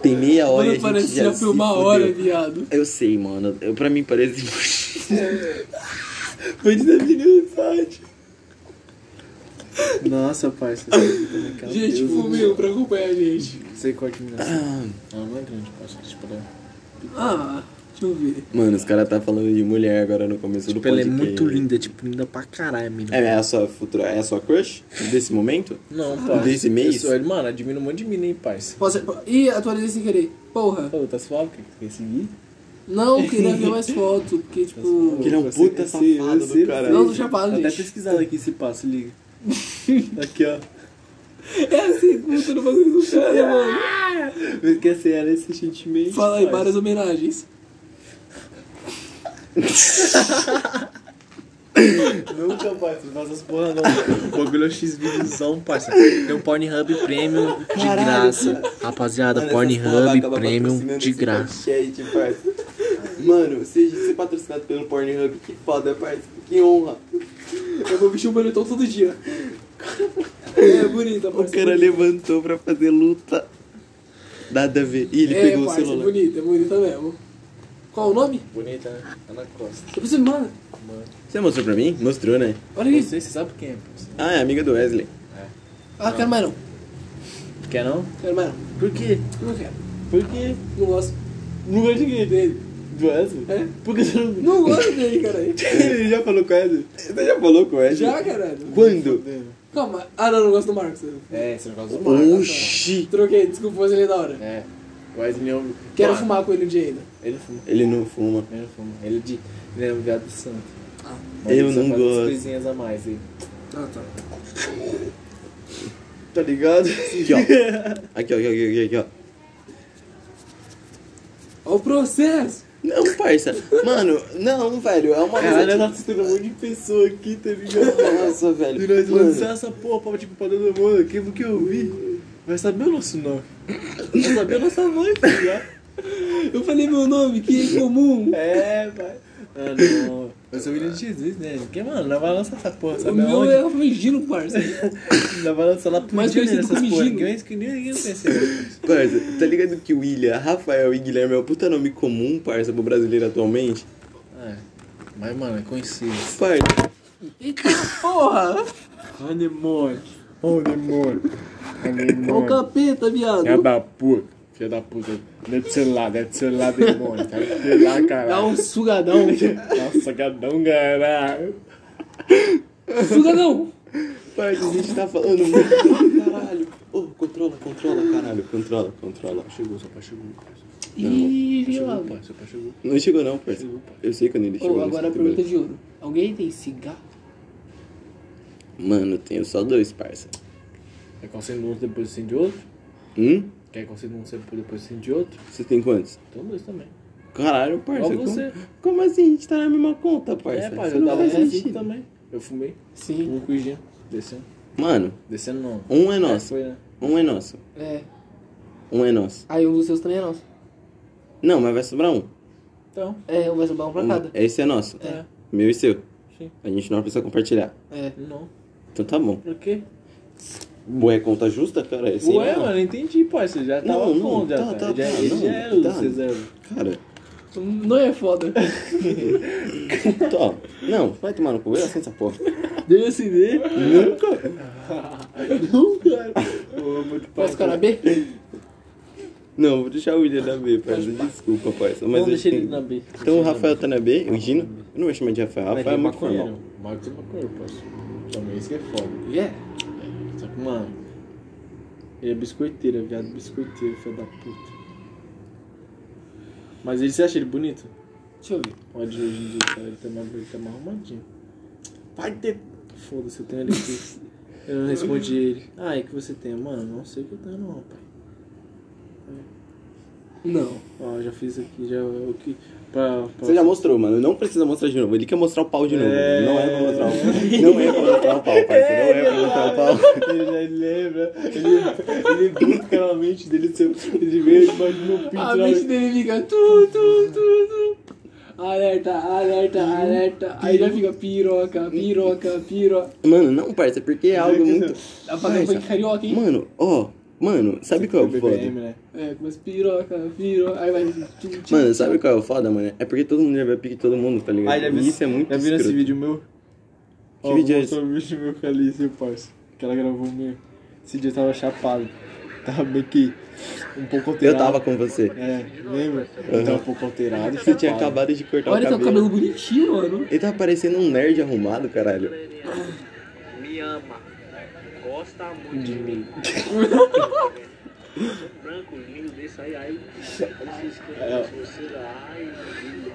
[SPEAKER 1] Tem meia hora e
[SPEAKER 3] Mano,
[SPEAKER 1] a gente já
[SPEAKER 3] parecia
[SPEAKER 1] se
[SPEAKER 3] filmar a
[SPEAKER 1] fudeu.
[SPEAKER 3] hora, viado.
[SPEAKER 1] Eu sei, mano. Eu, pra mim parece... *laughs*
[SPEAKER 2] Foi de habilidade. Nossa, parça.
[SPEAKER 3] Gente, tipo, fumeu pra acompanhar a gente.
[SPEAKER 2] Sei
[SPEAKER 1] é
[SPEAKER 2] qual que me Ah,
[SPEAKER 4] Ela não é grande, parça. Tipo, ela é
[SPEAKER 3] Ah, deixa eu ver.
[SPEAKER 1] Mano, os caras tá falando de mulher agora no começo do
[SPEAKER 2] Tipo, ela é
[SPEAKER 1] podcast.
[SPEAKER 2] muito linda, tipo, linda pra caralho, menina.
[SPEAKER 1] É, é a sua futura... É a sua crush desse momento?
[SPEAKER 2] Não, parça.
[SPEAKER 1] Ah, Desse mês?
[SPEAKER 2] Eu sou- Mano, admiro um monte de mina, hein, parça.
[SPEAKER 3] Posso... Ih, atualizei sem querer. Porra.
[SPEAKER 2] Pô, tá suave? Quer quer seguir?
[SPEAKER 3] Não, queria ver mais foto, porque, tipo...
[SPEAKER 1] Que ele é um
[SPEAKER 2] Eu sei,
[SPEAKER 1] puta
[SPEAKER 2] eu sei,
[SPEAKER 1] safado
[SPEAKER 2] eu
[SPEAKER 1] do
[SPEAKER 2] sei, eu
[SPEAKER 1] caralho.
[SPEAKER 2] sei.
[SPEAKER 3] Não, tô chapado,
[SPEAKER 2] Tá Até
[SPEAKER 3] gente.
[SPEAKER 2] pesquisado aqui esse passo,
[SPEAKER 3] *laughs*
[SPEAKER 2] liga. Aqui, ó. Ah!
[SPEAKER 3] É assim, puta, não faz isso, cara, mano.
[SPEAKER 2] Mas quer ser ela esse sentimento.
[SPEAKER 3] Fala aí,
[SPEAKER 2] parça.
[SPEAKER 3] várias homenagens.
[SPEAKER 2] Nunca, parça, não faça as porra não. O bagulho é o X-Videozão, parça. Tem um Pornhub Premium de graça. Rapaziada,
[SPEAKER 1] Mano, essas porra vai
[SPEAKER 2] Pornhub
[SPEAKER 1] acabar
[SPEAKER 2] Premium
[SPEAKER 1] patrocinando
[SPEAKER 2] de
[SPEAKER 1] esse
[SPEAKER 2] graça.
[SPEAKER 1] podcast, parça. Mano, ser, ser patrocinado pelo Pornhub, que foda, parça. Que honra.
[SPEAKER 3] Eu vou vestir um bonitão todo dia. É bonita,
[SPEAKER 1] O
[SPEAKER 3] parça.
[SPEAKER 1] cara levantou pra fazer luta. Nada a ver. Ih, ele
[SPEAKER 3] é,
[SPEAKER 1] pegou o
[SPEAKER 3] parça,
[SPEAKER 1] celular.
[SPEAKER 3] bonita, é bonita mesmo. Qual o nome?
[SPEAKER 2] Bonita, né? Ana Costa.
[SPEAKER 3] Eu preciso, mano,
[SPEAKER 1] Você mostrou pra mim? Mostrou, né?
[SPEAKER 3] olha isso.
[SPEAKER 2] você sabe quem é, parça?
[SPEAKER 1] Ah, é amiga do Wesley.
[SPEAKER 3] Ah, quero mais não,
[SPEAKER 2] Quer não?
[SPEAKER 3] quero mais não.
[SPEAKER 2] Por quê?
[SPEAKER 3] Não quero,
[SPEAKER 2] Por quê?
[SPEAKER 3] não gosto.
[SPEAKER 2] Não gosto de quem dele? Do Wesley?
[SPEAKER 3] É?
[SPEAKER 2] Por que você não...
[SPEAKER 3] Não gosto
[SPEAKER 2] *laughs*
[SPEAKER 3] dele,
[SPEAKER 1] *laughs*
[SPEAKER 3] caralho.
[SPEAKER 1] ele já falou com o Wesley? Você já falou com o Wesley?
[SPEAKER 3] Já, caralho.
[SPEAKER 1] Quando?
[SPEAKER 3] Calma. Ah, não, não gosto do Marcos. eu
[SPEAKER 2] É, você não gosta do
[SPEAKER 1] Oxi!
[SPEAKER 3] Troquei, desculpa, mas ele é da hora.
[SPEAKER 2] É. O Wesley é um...
[SPEAKER 3] Quero
[SPEAKER 2] Mano,
[SPEAKER 3] fumar com ele um dia ainda.
[SPEAKER 2] Ele fuma.
[SPEAKER 1] Ele não fuma.
[SPEAKER 2] Ele não fuma. Ele é de... Ele é um viado santo.
[SPEAKER 3] Ah.
[SPEAKER 2] Mas
[SPEAKER 1] Eu
[SPEAKER 2] ele só
[SPEAKER 1] não
[SPEAKER 2] faz umas
[SPEAKER 1] gosto.
[SPEAKER 2] coisinhas a mais aí.
[SPEAKER 3] Ah, tá.
[SPEAKER 2] Tá ligado?
[SPEAKER 1] Aqui, ó. Aqui, ó, aqui, ó, aqui, ó, aqui, ó.
[SPEAKER 3] Olha o processo.
[SPEAKER 1] Não, parça. Mano, não, velho. É uma
[SPEAKER 2] Caralho,
[SPEAKER 1] coisa.
[SPEAKER 2] ela tá assistindo um monte de pessoa aqui, tá ligado?
[SPEAKER 1] que- Nossa,
[SPEAKER 2] E
[SPEAKER 1] velho.
[SPEAKER 2] nós
[SPEAKER 1] Mano,
[SPEAKER 2] lançar essa porra pra, tipo, pra todo mundo, quem que eu vi vai saber o nosso nome. Vai saber a nossa mãe, tá ligado?
[SPEAKER 3] Eu falei meu nome, que é
[SPEAKER 2] *laughs*
[SPEAKER 3] comum.
[SPEAKER 2] É, vai. Ah, não. Eu sou o William de Jesus, né? Porque, mano, nós vai lançar essa porra,
[SPEAKER 3] O
[SPEAKER 2] sabe
[SPEAKER 3] meu
[SPEAKER 2] aonde?
[SPEAKER 3] é o Gino, parça.
[SPEAKER 2] Nós vai lançar lá pro
[SPEAKER 3] Mais
[SPEAKER 2] dia
[SPEAKER 3] conhecido
[SPEAKER 2] nessas
[SPEAKER 3] como
[SPEAKER 2] porra.
[SPEAKER 3] Gino.
[SPEAKER 2] Ninguém vai ninguém- ninguém vai conhecer.
[SPEAKER 1] Parça, tá ligado que William, Rafael e Guilherme é um puta nome comum, parça, pro brasileiro atualmente?
[SPEAKER 2] É. Mas, mano, é conhecido.
[SPEAKER 1] Parça,
[SPEAKER 3] Eita porra!
[SPEAKER 2] Anemone. Anemone. É
[SPEAKER 3] Olha o capeta, viado.
[SPEAKER 2] Filha da puta. Filha da puta. Deve do celular, deve do celular, demônio. Tá do celular,
[SPEAKER 3] Dá
[SPEAKER 2] caralho. *laughs*
[SPEAKER 3] um sugadão.
[SPEAKER 2] Nossa, gadão, caralho.
[SPEAKER 3] sugadão!
[SPEAKER 1] parça, a gente tá falando muito. Caralho. Ô, controla, controla, caralho. Controla, controla.
[SPEAKER 2] Chegou, seu pai chegou.
[SPEAKER 3] Ih,
[SPEAKER 2] Chegou,
[SPEAKER 3] viado.
[SPEAKER 2] pai, seu pai chegou.
[SPEAKER 1] Não chegou não, parça. Eu sei quando ele chegou.
[SPEAKER 3] Ô,
[SPEAKER 1] não
[SPEAKER 3] agora a
[SPEAKER 1] sei quando
[SPEAKER 3] pergunta de ouro. Alguém tem cigarro?
[SPEAKER 1] ele- Mano, eu tenho só dois, parça.
[SPEAKER 2] Quer que eu acenda um depois acende outro?
[SPEAKER 1] Hum?
[SPEAKER 2] Quer que eu acenda um depois acende outro?
[SPEAKER 1] Você tem quantos?
[SPEAKER 2] Então dois também.
[SPEAKER 1] Caralho, parça.
[SPEAKER 2] Igual
[SPEAKER 1] Como,
[SPEAKER 2] você.
[SPEAKER 1] como assim? A gente tá na mesma conta, parça.
[SPEAKER 2] É, pai,
[SPEAKER 1] Isso
[SPEAKER 2] eu
[SPEAKER 1] não
[SPEAKER 2] tava
[SPEAKER 1] faz
[SPEAKER 2] com
[SPEAKER 1] sentido.
[SPEAKER 2] cinco também. Eu fumei.
[SPEAKER 3] Sim.
[SPEAKER 2] Um cuidinho. Descendo.
[SPEAKER 1] Mano,
[SPEAKER 2] Descendo não.
[SPEAKER 1] um é
[SPEAKER 2] É,
[SPEAKER 1] nosso.
[SPEAKER 2] foi, né?
[SPEAKER 1] Um é nosso.
[SPEAKER 3] É.
[SPEAKER 1] Um é nosso.
[SPEAKER 3] Aí um dos seus também é nosso.
[SPEAKER 1] Não, mas vai sobrar um.
[SPEAKER 2] Então.
[SPEAKER 3] É, um vai sobrar um pra
[SPEAKER 1] Um-
[SPEAKER 3] cada.
[SPEAKER 1] Esse é nosso.
[SPEAKER 2] É.
[SPEAKER 1] Meu e seu.
[SPEAKER 2] Sim.
[SPEAKER 1] A gente não precisa compartilhar.
[SPEAKER 3] É.
[SPEAKER 2] Não.
[SPEAKER 1] Então tá bom.
[SPEAKER 2] Por quê?
[SPEAKER 1] Ué, conta justa, cara? Esse
[SPEAKER 2] Ué,
[SPEAKER 1] não.
[SPEAKER 2] mano, entendi, pai. Você já tava
[SPEAKER 1] Não, não,
[SPEAKER 2] bom, já
[SPEAKER 1] tá, tá,
[SPEAKER 2] já, é
[SPEAKER 1] tá,
[SPEAKER 2] ele
[SPEAKER 1] não,
[SPEAKER 2] já era o
[SPEAKER 1] tá.
[SPEAKER 2] Cesar.
[SPEAKER 1] Cara,
[SPEAKER 3] Não é foda.
[SPEAKER 1] tó. Não, vai tomar no cu. Eu aceito essa porra.
[SPEAKER 2] Deu CD?
[SPEAKER 1] Nunca.
[SPEAKER 2] Não, cara. Ô, muito pai.
[SPEAKER 3] Posso
[SPEAKER 1] tá.
[SPEAKER 3] cara B?
[SPEAKER 1] Não, vou deixar o William na B, parça. Desculpa, parça. Mas
[SPEAKER 2] Não,
[SPEAKER 1] eu
[SPEAKER 2] deixa ele
[SPEAKER 1] tenho-
[SPEAKER 2] na B. Deixa
[SPEAKER 1] Então
[SPEAKER 2] ele
[SPEAKER 1] o
[SPEAKER 2] na
[SPEAKER 1] Rafael
[SPEAKER 2] B.
[SPEAKER 1] tá na B, o Gino. Eu não vou chamar de Rafael. Rafael é muito
[SPEAKER 2] maconheiro.
[SPEAKER 1] formal.
[SPEAKER 2] Marcos é maconheiro, parceiro. Também isso que é foda.
[SPEAKER 3] Yeah.
[SPEAKER 2] Só que, mano, ele é biscoiteiro, é viado biscoiteiro, filho da puta. Mas ele, você acha ele bonito?
[SPEAKER 3] Deixa eu ver.
[SPEAKER 2] Olha de hoje em dia, cara, ele tá mais, ele tá mais arrumadinho. Vai ter... Foda-se, eu tenho ele aqui. Eu não tá respondi ele. Ah, é que você tem? Mano, não sei o que eu tenho não, pai.
[SPEAKER 3] Não.
[SPEAKER 2] Ó, já fiz aqui, já o que. Pra, pra...
[SPEAKER 1] Você já mostrou, mano. Não precisa mostrar de novo. Ele quer mostrar o pau de novo. Não é pra mostrar o pau. Não é pra mostrar o pau, parceiro. Não é pra mostrar o pau.
[SPEAKER 2] Ele já lembra, ele, ele busca na mente dele, seu- ele vê, imagina o pinto.
[SPEAKER 3] A
[SPEAKER 2] na-
[SPEAKER 3] mente dele fica tu, tu, tu, tu. Alerta, alerta, alerta. Aí já fica piroca, piroca, piroca.
[SPEAKER 1] Mano, não, parça, porque é algo muito.
[SPEAKER 3] Apagando foi carioca, hein?
[SPEAKER 1] Mano, ó. Mano, sabe qual é o foda?
[SPEAKER 2] BBM, né?
[SPEAKER 3] É, começa piroca, piroca. Aí vai. tu, tu, tu.
[SPEAKER 1] Mano, sabe qual é o foda, mano? É porque todo mundo já vê a pique de todo mundo, tá ligado?
[SPEAKER 2] Aí Ah, já viu,
[SPEAKER 1] e isso é muito
[SPEAKER 2] já viram esse
[SPEAKER 1] escroto.
[SPEAKER 2] vídeo meu?
[SPEAKER 1] Que vídeo é
[SPEAKER 2] mostrou um vídeo meu com a Alice, meu parça. Que ela gravou meu. Esse dia eu tava chapado. Tava meio que um pouco
[SPEAKER 1] Eu
[SPEAKER 2] alterado.
[SPEAKER 1] tava com você.
[SPEAKER 2] É, lembra? Eu tava um pouco alterado.
[SPEAKER 1] Você tinha
[SPEAKER 2] chapado.
[SPEAKER 1] acabado de cortar o
[SPEAKER 2] tá
[SPEAKER 3] Olha
[SPEAKER 1] cabelo.
[SPEAKER 3] teu cabelo bonitinho, mano.
[SPEAKER 1] Ele tá parecendo um nerd arrumado, caralho.
[SPEAKER 5] me ama, gosta muito de mim. Sou branco, lindo desse aí, aí. Aí se esconde as torcidas, ai.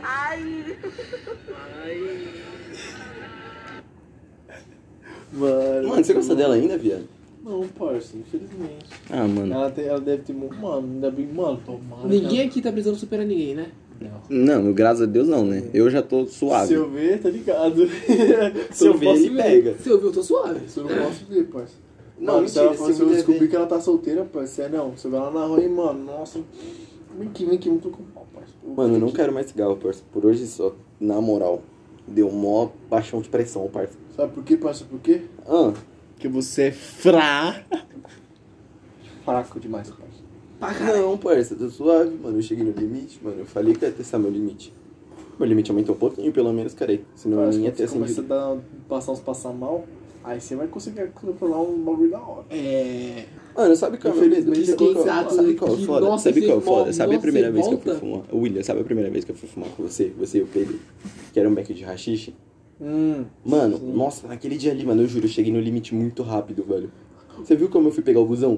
[SPEAKER 5] Ai.
[SPEAKER 2] Mano,
[SPEAKER 1] Mano, você gosta dela ainda, viado?
[SPEAKER 2] Não, parça, infelizmente.
[SPEAKER 1] Ah, mano.
[SPEAKER 2] Ela, tem- ela deve ter. mu- Mano, ainda bem. Mano, tomara.
[SPEAKER 3] Ninguém aqui tá precisando superar ninguém, né?
[SPEAKER 1] Não, graças a Deus não, né? Eu já tô
[SPEAKER 2] cara.
[SPEAKER 1] suave.
[SPEAKER 2] Se eu ver, tá ligado? *laughs*
[SPEAKER 1] Se eu ver,
[SPEAKER 2] posso
[SPEAKER 1] ele pega.
[SPEAKER 3] Você ouviu, eu tô suave.
[SPEAKER 2] Se eu não posso ver, parça.
[SPEAKER 1] Não,
[SPEAKER 2] Mano, se,
[SPEAKER 1] mentira,
[SPEAKER 2] ela,
[SPEAKER 1] se
[SPEAKER 2] se,
[SPEAKER 1] eu
[SPEAKER 2] eu
[SPEAKER 1] ver-
[SPEAKER 2] descobrir que ela tá solteira, parça, é não. Se eu ver ela na rua e, mano, nossa. Vem aqui, vem aqui, muito com pau, parça.
[SPEAKER 1] Mano, eu não quero mais cigarro, parça. Por hoje só. Na moral. Deu mó baixão de pressão, parça.
[SPEAKER 2] Sabe por quê, parça? Por quê?
[SPEAKER 1] Ah,
[SPEAKER 2] Porque você é fra. Fraco demais, parça.
[SPEAKER 1] não, parça. Tô suave, mano. Eu cheguei no limite, mano. Eu falei que ia testar meu limite. Meu limite aumentou um pouquinho, pelo menos, cara. Senão eu
[SPEAKER 2] Parça,
[SPEAKER 1] nem ia
[SPEAKER 2] quando
[SPEAKER 3] é
[SPEAKER 1] ter
[SPEAKER 2] você começa a
[SPEAKER 1] acendido.
[SPEAKER 2] dar, passar uns passar mal, aí você vai conseguir controlar um bagulho da hora.
[SPEAKER 3] É.
[SPEAKER 1] Mano, sabe qual é o
[SPEAKER 2] Infelizmente,
[SPEAKER 1] Sabe
[SPEAKER 3] fiquei
[SPEAKER 1] qual-
[SPEAKER 3] exato,
[SPEAKER 1] Sabe qual é o
[SPEAKER 3] que,
[SPEAKER 1] foda?
[SPEAKER 3] nossa,
[SPEAKER 1] Sabe
[SPEAKER 3] você
[SPEAKER 1] qual é o foda?
[SPEAKER 3] volta,
[SPEAKER 1] Sabe a
[SPEAKER 3] nossa,
[SPEAKER 1] primeira
[SPEAKER 3] você
[SPEAKER 1] vez que eu fui
[SPEAKER 3] volta.
[SPEAKER 1] fumar? William, sabe a primeira vez que eu fui fumar com você? Você e o Pedro? Que era um beck de rachixe?
[SPEAKER 2] Hum.
[SPEAKER 1] Mano, nossa, naquele dia ali, mano, eu juro, eu cheguei no limite muito rápido, velho. Você viu como eu fui pegar o busão?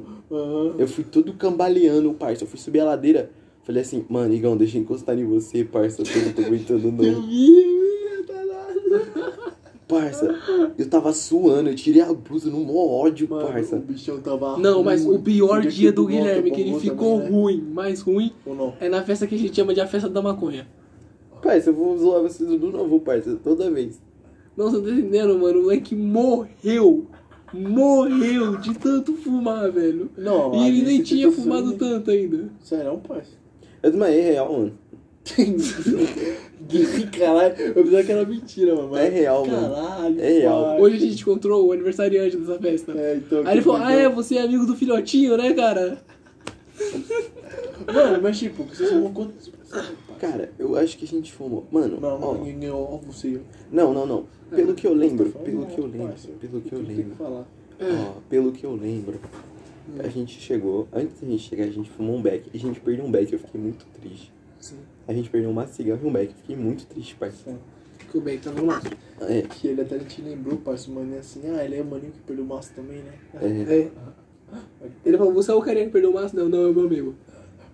[SPEAKER 1] Eu fui todo cambaleando, parça. Eu fui subir a ladeira. Falei assim, mano, Igão, deixa eu encostar em você, parça. Eu não tô aguentando,
[SPEAKER 3] *laughs*
[SPEAKER 1] não. Parça, eu tava suando, eu tirei a blusa no mó ódio,
[SPEAKER 2] Mano, o
[SPEAKER 1] parça.
[SPEAKER 2] bichão tava
[SPEAKER 3] Não, mas
[SPEAKER 2] ruim.
[SPEAKER 3] o pior
[SPEAKER 2] Podia
[SPEAKER 3] dia
[SPEAKER 2] ter
[SPEAKER 3] do
[SPEAKER 2] tomado
[SPEAKER 3] Guilherme,
[SPEAKER 2] uma
[SPEAKER 3] que ele
[SPEAKER 2] outra
[SPEAKER 3] ficou
[SPEAKER 2] mulher.
[SPEAKER 3] ruim, mais ruim,
[SPEAKER 2] né? Ou não?
[SPEAKER 3] é na festa que a gente chama de a festa da maconha.
[SPEAKER 1] Parça, eu vou zoar vocês do novo, parça, toda vez.
[SPEAKER 3] Não, você não tá entendendo, mano. O moleque morreu. Morreu de tanto fumar, velho.
[SPEAKER 2] Não,
[SPEAKER 3] E
[SPEAKER 2] a
[SPEAKER 3] ele nem
[SPEAKER 2] gente
[SPEAKER 3] tinha
[SPEAKER 2] tá
[SPEAKER 3] fumado
[SPEAKER 2] sendo-
[SPEAKER 3] tanto ainda.
[SPEAKER 2] Sério, é não, parça.
[SPEAKER 1] Eu desmaiei real, mano.
[SPEAKER 2] Caralho, eu pensava que era mentira, mano.
[SPEAKER 1] É real, mano.
[SPEAKER 2] Caralho,
[SPEAKER 1] É real.
[SPEAKER 2] parça.
[SPEAKER 3] Hoje a Ah, gente encontrou o aniversariante dessa festa.
[SPEAKER 2] É, então,
[SPEAKER 3] Aí ele falou, ah é,
[SPEAKER 2] entendeu?
[SPEAKER 3] você é amigo do filhotinho, né, cara?
[SPEAKER 2] Mano, mas tipo, vocês fumam quantos?
[SPEAKER 1] Cara, eu acho que a gente fumou. Mano,
[SPEAKER 2] Não,
[SPEAKER 1] ó,
[SPEAKER 2] não, ninguém ganhou, não sei.
[SPEAKER 1] não, não, não. Pelo que eu lembro,
[SPEAKER 2] Tá falando,
[SPEAKER 1] pelo que eu
[SPEAKER 2] não,
[SPEAKER 1] lembro,
[SPEAKER 2] parça.
[SPEAKER 1] pelo que eu
[SPEAKER 2] Tem
[SPEAKER 1] lembro.
[SPEAKER 2] falar.
[SPEAKER 1] Ó, pelo que eu lembro, a gente chegou. Antes da gente chegar, a gente fumou um beck. A gente perdeu um beck, eu fiquei muito triste.
[SPEAKER 3] Sim.
[SPEAKER 1] A gente perdeu uma cigarra e um beck. Fiquei muito triste, parceiro.
[SPEAKER 3] Que o bem tava lá.
[SPEAKER 1] É,
[SPEAKER 2] Que ele até te lembrou, parça, o maninho assim, ah, ele é o maninho que perdeu o maço também, né?
[SPEAKER 1] é.
[SPEAKER 3] É. Ele falou, você é o carinha que perdeu o maço? Não, não, é o meu amigo.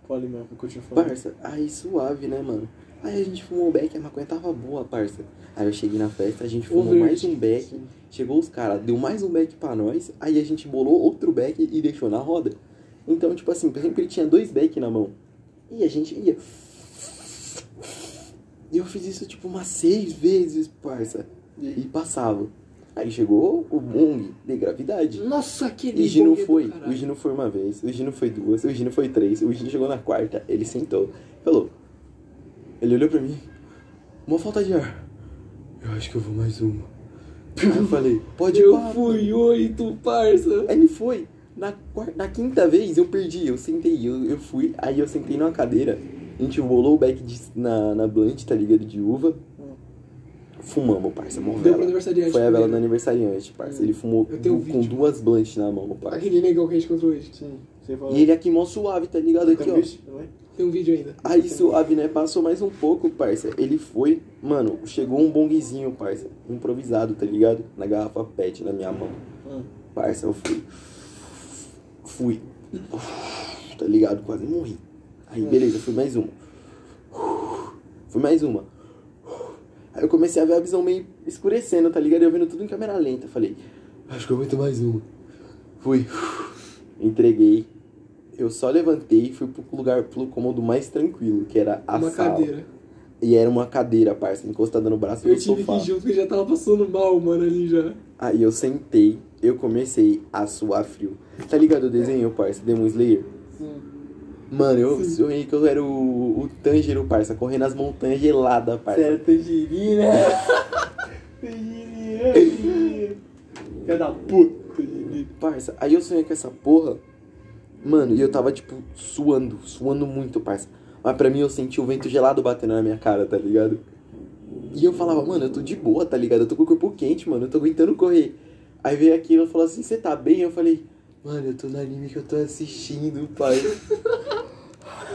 [SPEAKER 2] Fale mesmo, que eu continua falando.
[SPEAKER 1] Parça, aí suave, né, mano? Aí a gente fumou um beck, a maconha tava boa, parça. Aí eu cheguei na festa, a gente fumou
[SPEAKER 3] verde,
[SPEAKER 1] mais um beck. Chegou os caras, deu mais um beck pra nós. Aí a gente bolou outro beck e deixou na roda. Então, tipo assim, sempre tinha dois beck na mão. E a gente ia. E eu fiz isso, tipo, umas seis vezes, parça. E passava. Aí chegou o Bong de gravidade.
[SPEAKER 3] Nossa, que
[SPEAKER 1] E o Gino foi. O Gino foi uma vez, o Gino foi duas, o Gino foi três, o Gino chegou na quarta, ele sentou, falou. Ele olhou pra mim, uma falta de ar. Eu acho que eu vou mais uma. *laughs* Aí eu falei, pode
[SPEAKER 3] Eu
[SPEAKER 1] parar.
[SPEAKER 3] fui oito, parça.
[SPEAKER 1] Aí ele foi. Na, quarta, na quinta vez eu perdi, eu sentei, eu, eu fui, aí eu sentei numa cadeira, a gente rolou o back de- na, na blunt, tá ligado, de uva. Fumamos, parça, mó
[SPEAKER 3] Deu pro
[SPEAKER 1] vela.
[SPEAKER 3] aniversariante.
[SPEAKER 1] Foi a vela do
[SPEAKER 3] primeiro.
[SPEAKER 1] aniversariante, parça. Ele fumou
[SPEAKER 3] Eu tenho um
[SPEAKER 1] com
[SPEAKER 3] vídeo.
[SPEAKER 1] duas blunts na mão, parça.
[SPEAKER 3] É Aquele negão que a gente encontrou hoje.
[SPEAKER 2] Sim, você falou.
[SPEAKER 1] E ele aqui mó suave, tá ligado? Aqui,
[SPEAKER 2] Então,
[SPEAKER 1] ó.
[SPEAKER 2] bicho, não é?
[SPEAKER 3] Tem um vídeo ainda.
[SPEAKER 1] Aí suave, né? Passou mais um pouco, parça. Ele foi, mano, chegou um bonguezinho, parça. Improvisado, tá ligado? Na garrafa pet, na minha mão.
[SPEAKER 2] Hum.
[SPEAKER 1] Parça, eu fui. Fui. Tá ligado? Quase morri. Aí, beleza, fui mais uma. Fui mais uma. Aí eu comecei a ver a visão meio escurecendo, tá ligado? Eu vendo tudo em câmera lenta. Falei, acho que eu aguento mais uma. Fui. *sighs* Entreguei. eu só levantei e fui pro lugar, pro cômodo mais tranquilo, que era a
[SPEAKER 3] uma
[SPEAKER 1] Ah, sala.
[SPEAKER 3] cadeira.
[SPEAKER 1] E era uma cadeira, parça, encostada no braço
[SPEAKER 3] Eu
[SPEAKER 1] do
[SPEAKER 3] tive que
[SPEAKER 1] sofá.
[SPEAKER 3] ir junto que eu já tava passando mal, mano, ali já.
[SPEAKER 1] Aí eu sentei, eu comecei a suar frio. Tá ligado o desenho, parça? Demon Slayer? Mano, eu sonhei que eu era o, o Tanjiro, parça, correndo as montanhas geladas, parça.
[SPEAKER 2] Sério,
[SPEAKER 1] né?
[SPEAKER 2] tangerina. tangerina. tangerina. Filha da puta, tangerina.
[SPEAKER 1] Parça, aí eu sonhei com essa porra. Mano, e eu tava, tipo, suando, suando muito, parça. Mas pra mim eu senti o vento gelado batendo na minha cara, tá ligado? E eu falava, mano, eu tô de boa, tá ligado? Eu tô com o corpo quente, mano, eu tô aguentando correr. Aí veio aquilo e falou assim, você tá bem? Eu falei, mano, eu tô no anime que eu tô assistindo, pai. *laughs*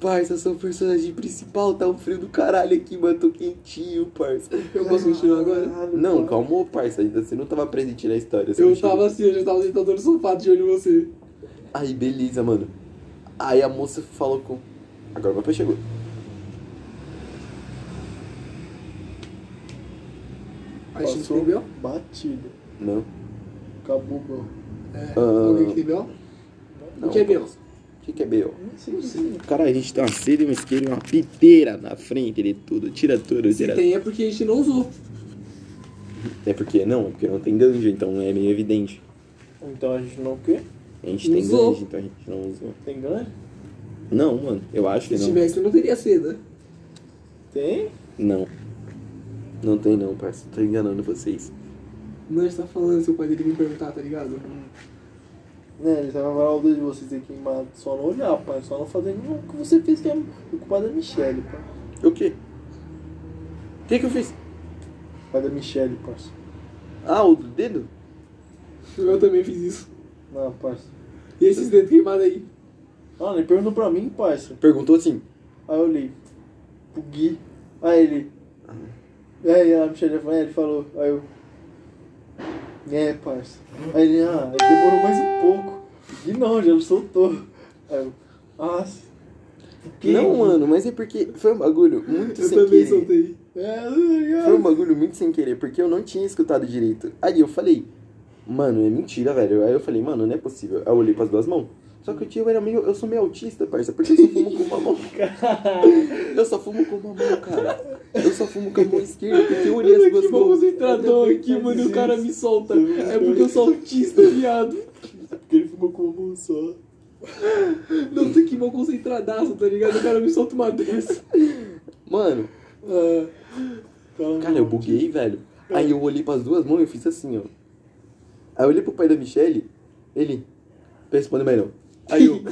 [SPEAKER 1] parça, eu sou o personagem principal, tá um frio do caralho aqui, mano, eu tô quentinho, parça.
[SPEAKER 3] Eu posso continuar agora?
[SPEAKER 1] Não, calmou, parça, ainda você não tava presente na história. você não
[SPEAKER 3] Eu
[SPEAKER 1] chegou.
[SPEAKER 3] tava assim, eu já tava sentado no sofá de olho em você.
[SPEAKER 1] Aí, beleza, mano. Aí a moça falou com. Agora o papai chegou.
[SPEAKER 3] A gente
[SPEAKER 2] Passou.
[SPEAKER 3] tem B.O.?
[SPEAKER 2] Batido.
[SPEAKER 1] Não.
[SPEAKER 2] Acabou, bro.
[SPEAKER 3] É.
[SPEAKER 1] Ah.
[SPEAKER 3] Alguém que tem B.O.?
[SPEAKER 1] Não.
[SPEAKER 3] O que é B.O.?
[SPEAKER 1] O que, que é B.O.?
[SPEAKER 2] Não sei, sim.
[SPEAKER 3] é.
[SPEAKER 1] Cara, a gente tem uma seda, uma isqueira e uma piteira na frente de tudo. Tira tudo,
[SPEAKER 3] Se
[SPEAKER 1] tira
[SPEAKER 3] tem é porque a gente não usou.
[SPEAKER 1] É porque não, é porque não tem dungeon, então é meio evidente.
[SPEAKER 2] Então a gente não o quê?
[SPEAKER 1] A gente
[SPEAKER 3] Não
[SPEAKER 1] tem
[SPEAKER 3] usou.
[SPEAKER 1] dungeon, então a gente não usou.
[SPEAKER 2] Tem ganho?
[SPEAKER 1] Não, mano, eu acho que
[SPEAKER 3] Se
[SPEAKER 1] não.
[SPEAKER 3] tivesse, não teria né? seda.
[SPEAKER 2] Tem?
[SPEAKER 1] Não. Não tem não, parceiro. Tô enganando vocês.
[SPEAKER 3] Não, a gente tá falando se o pai dele me perguntar, tá ligado?
[SPEAKER 2] Né, ele tava falando os dois de vocês aqui, mas só não olhar, pai. Só não fazer nenhum que você fez que é o culpa da Michelle, pai.
[SPEAKER 1] O quê? O que que eu fiz?
[SPEAKER 2] Culpa da Michelle, parça.
[SPEAKER 1] Ah, o do dedo?
[SPEAKER 3] Eu também fiz isso.
[SPEAKER 2] Não, Ah, parça.
[SPEAKER 3] E esses dedos queimados aí?
[SPEAKER 2] Ah, ele perguntou pra mim, parça.
[SPEAKER 1] Perguntou assim.
[SPEAKER 2] Aí eu li. O Gui. Aí ele. Aí a Michelle falou, é, ele falou. Aí eu. É, parça. Aí ele, ah, aí demorou mais um pouco. E não, já soltou. Aí eu. Ah, que-
[SPEAKER 1] Não, mano, mas é porque foi um bagulho muito
[SPEAKER 3] Eu
[SPEAKER 1] sem
[SPEAKER 3] também
[SPEAKER 1] querer.
[SPEAKER 3] soltei.
[SPEAKER 2] É,
[SPEAKER 1] Foi um
[SPEAKER 2] ai, ai.
[SPEAKER 1] bagulho muito sem querer, porque eu não tinha escutado direito. Aí eu falei, mano, é mentira, velho. Aí eu falei, mano, não é possível. Aí eu olhei pras duas mãos. Só que o tio era meio. Eu sou meio autista, parça, porque eu só fumo com uma
[SPEAKER 3] *laughs*
[SPEAKER 1] mão. Eu só fumo com uma mão, cara. Eu só fumo com a mão esquerda, porque eu olhei as
[SPEAKER 3] Olha que
[SPEAKER 1] duas
[SPEAKER 3] bom
[SPEAKER 1] mãos.
[SPEAKER 3] concentrador aqui, mano, e o cara me solta. É porque eu sou autista, viado.
[SPEAKER 2] Porque ele ficou com uma mão só.
[SPEAKER 3] Não tem que bom concentradaço, tá ligado? O cara me solta uma dessa.
[SPEAKER 1] Mano,
[SPEAKER 3] Ah,
[SPEAKER 1] cara, eu buguei, velho. Aí eu olhei pras duas mãos e eu fiz assim, ó. Aí eu olhei pro pai da Michelle, ele. Responde mais não. Aí
[SPEAKER 3] *laughs*
[SPEAKER 1] eu.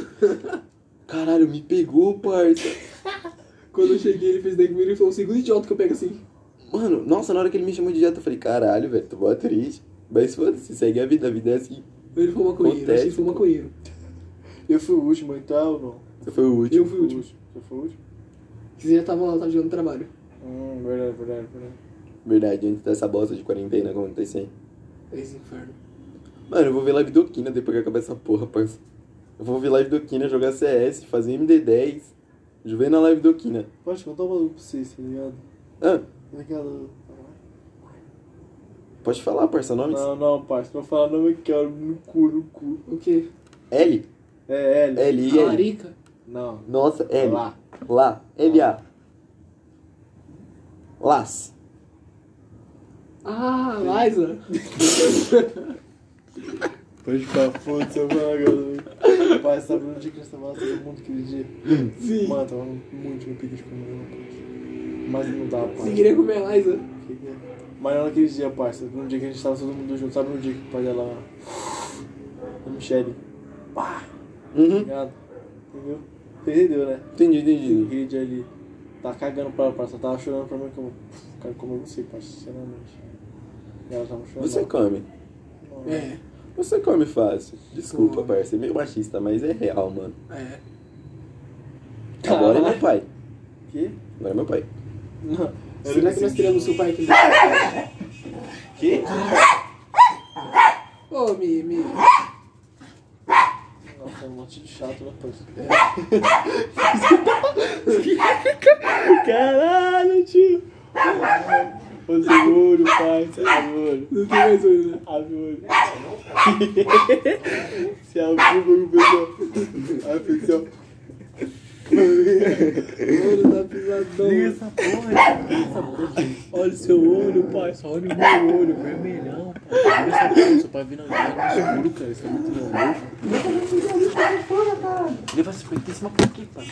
[SPEAKER 1] Caralho, me pegou, parça.
[SPEAKER 3] quando eu cheguei, ele fez daí comigo e falou: o segundo idiota que eu pego assim.
[SPEAKER 1] Mano, nossa, na hora que ele me chamou de idiota, eu falei, caralho, velho, tô mó triste. Mas foda-se, segue a vida, a vida é assim.
[SPEAKER 3] Ele foi maconheiro,
[SPEAKER 1] Acontece,
[SPEAKER 3] achei que foi maconheiro.
[SPEAKER 2] Eu fui o último, então ou não?
[SPEAKER 1] Você foi o último.
[SPEAKER 3] Eu fui o último.
[SPEAKER 2] Você foi o último?
[SPEAKER 3] Que Vocês já estavam lá, tava jogando trabalho.
[SPEAKER 2] Hum, verdade, verdade, verdade.
[SPEAKER 1] Verdade, antes dessa bosta de quarentena acontecer.
[SPEAKER 3] Esse inferno.
[SPEAKER 1] Mano, eu vou ver live do Kina depois que acabar essa porra, parça. Eu vou ver live do Kina, jogar CS, fazer MD10. Juve na live do Kina.
[SPEAKER 2] Pode contar um bagulho pra vocês, tá ligado?
[SPEAKER 1] Ah,
[SPEAKER 2] Tá ligado?
[SPEAKER 1] pode falar, parça, nomes?
[SPEAKER 2] Não, não, parça, não fala não, é eu quero no cu, no cu.
[SPEAKER 3] O quê? Ah,
[SPEAKER 1] L,
[SPEAKER 2] É L.
[SPEAKER 1] L, I, L.
[SPEAKER 3] Larica?
[SPEAKER 2] Não.
[SPEAKER 1] Nossa, L.
[SPEAKER 2] Lá.
[SPEAKER 1] Lá. L, A. Las.
[SPEAKER 3] Ah, Liza.
[SPEAKER 2] Pode ficar foda, seu bagulho. Pai, sabe no dia que nós tava lá, todo mundo aquele dia?
[SPEAKER 3] Sim.
[SPEAKER 2] Mano, tava muito no pique de comer, não, parça. Mas não dá, parça.
[SPEAKER 3] Você queria comer a Liza?
[SPEAKER 2] Que que é? Mas não naquele dia, parça. No dia que a gente tava todo mundo junto, sabe no dia que o pai dela. A Michelle. Pá, tá
[SPEAKER 1] Uhum.
[SPEAKER 2] ligado? Entendeu? Você entendeu, né?
[SPEAKER 1] Entendi, entendi.
[SPEAKER 2] Aquele dia ali. Tá cagando pra ela, parça. Ela Tava chorando pra mim que eu. Cara, como eu não sei, parça, sinceramente. E ela tava chorando.
[SPEAKER 1] Você come.
[SPEAKER 2] Não,
[SPEAKER 3] É,
[SPEAKER 1] Você come fácil. Desculpa,
[SPEAKER 3] Come.
[SPEAKER 1] parça. É meio machista, mas é real, mano.
[SPEAKER 3] é.
[SPEAKER 1] Agora é meu pai.
[SPEAKER 2] Que?
[SPEAKER 1] Agora é meu pai.
[SPEAKER 2] Não.
[SPEAKER 3] Será que nós teremos seu pai aqui?
[SPEAKER 1] Que?
[SPEAKER 3] Ô, Mi, Mi.
[SPEAKER 2] Nossa, é um monte de chato, né, parça? Caralho, tio! Ô, seguro, parça, seguro.
[SPEAKER 3] Não tem mais olho, né?
[SPEAKER 2] Abre o olho. Se abrir o bagulho, Aí eu fiquei assim, ó.
[SPEAKER 4] Olho da pisadão. Liga essa porra. Olha o seu olho, pai. Só olha o meu olho, vermelhão, pai. Olha essa porra. Seu pai vira no escuro, cara. Isso é muito nervoso. Leva essa feitíssima por aqui, pai.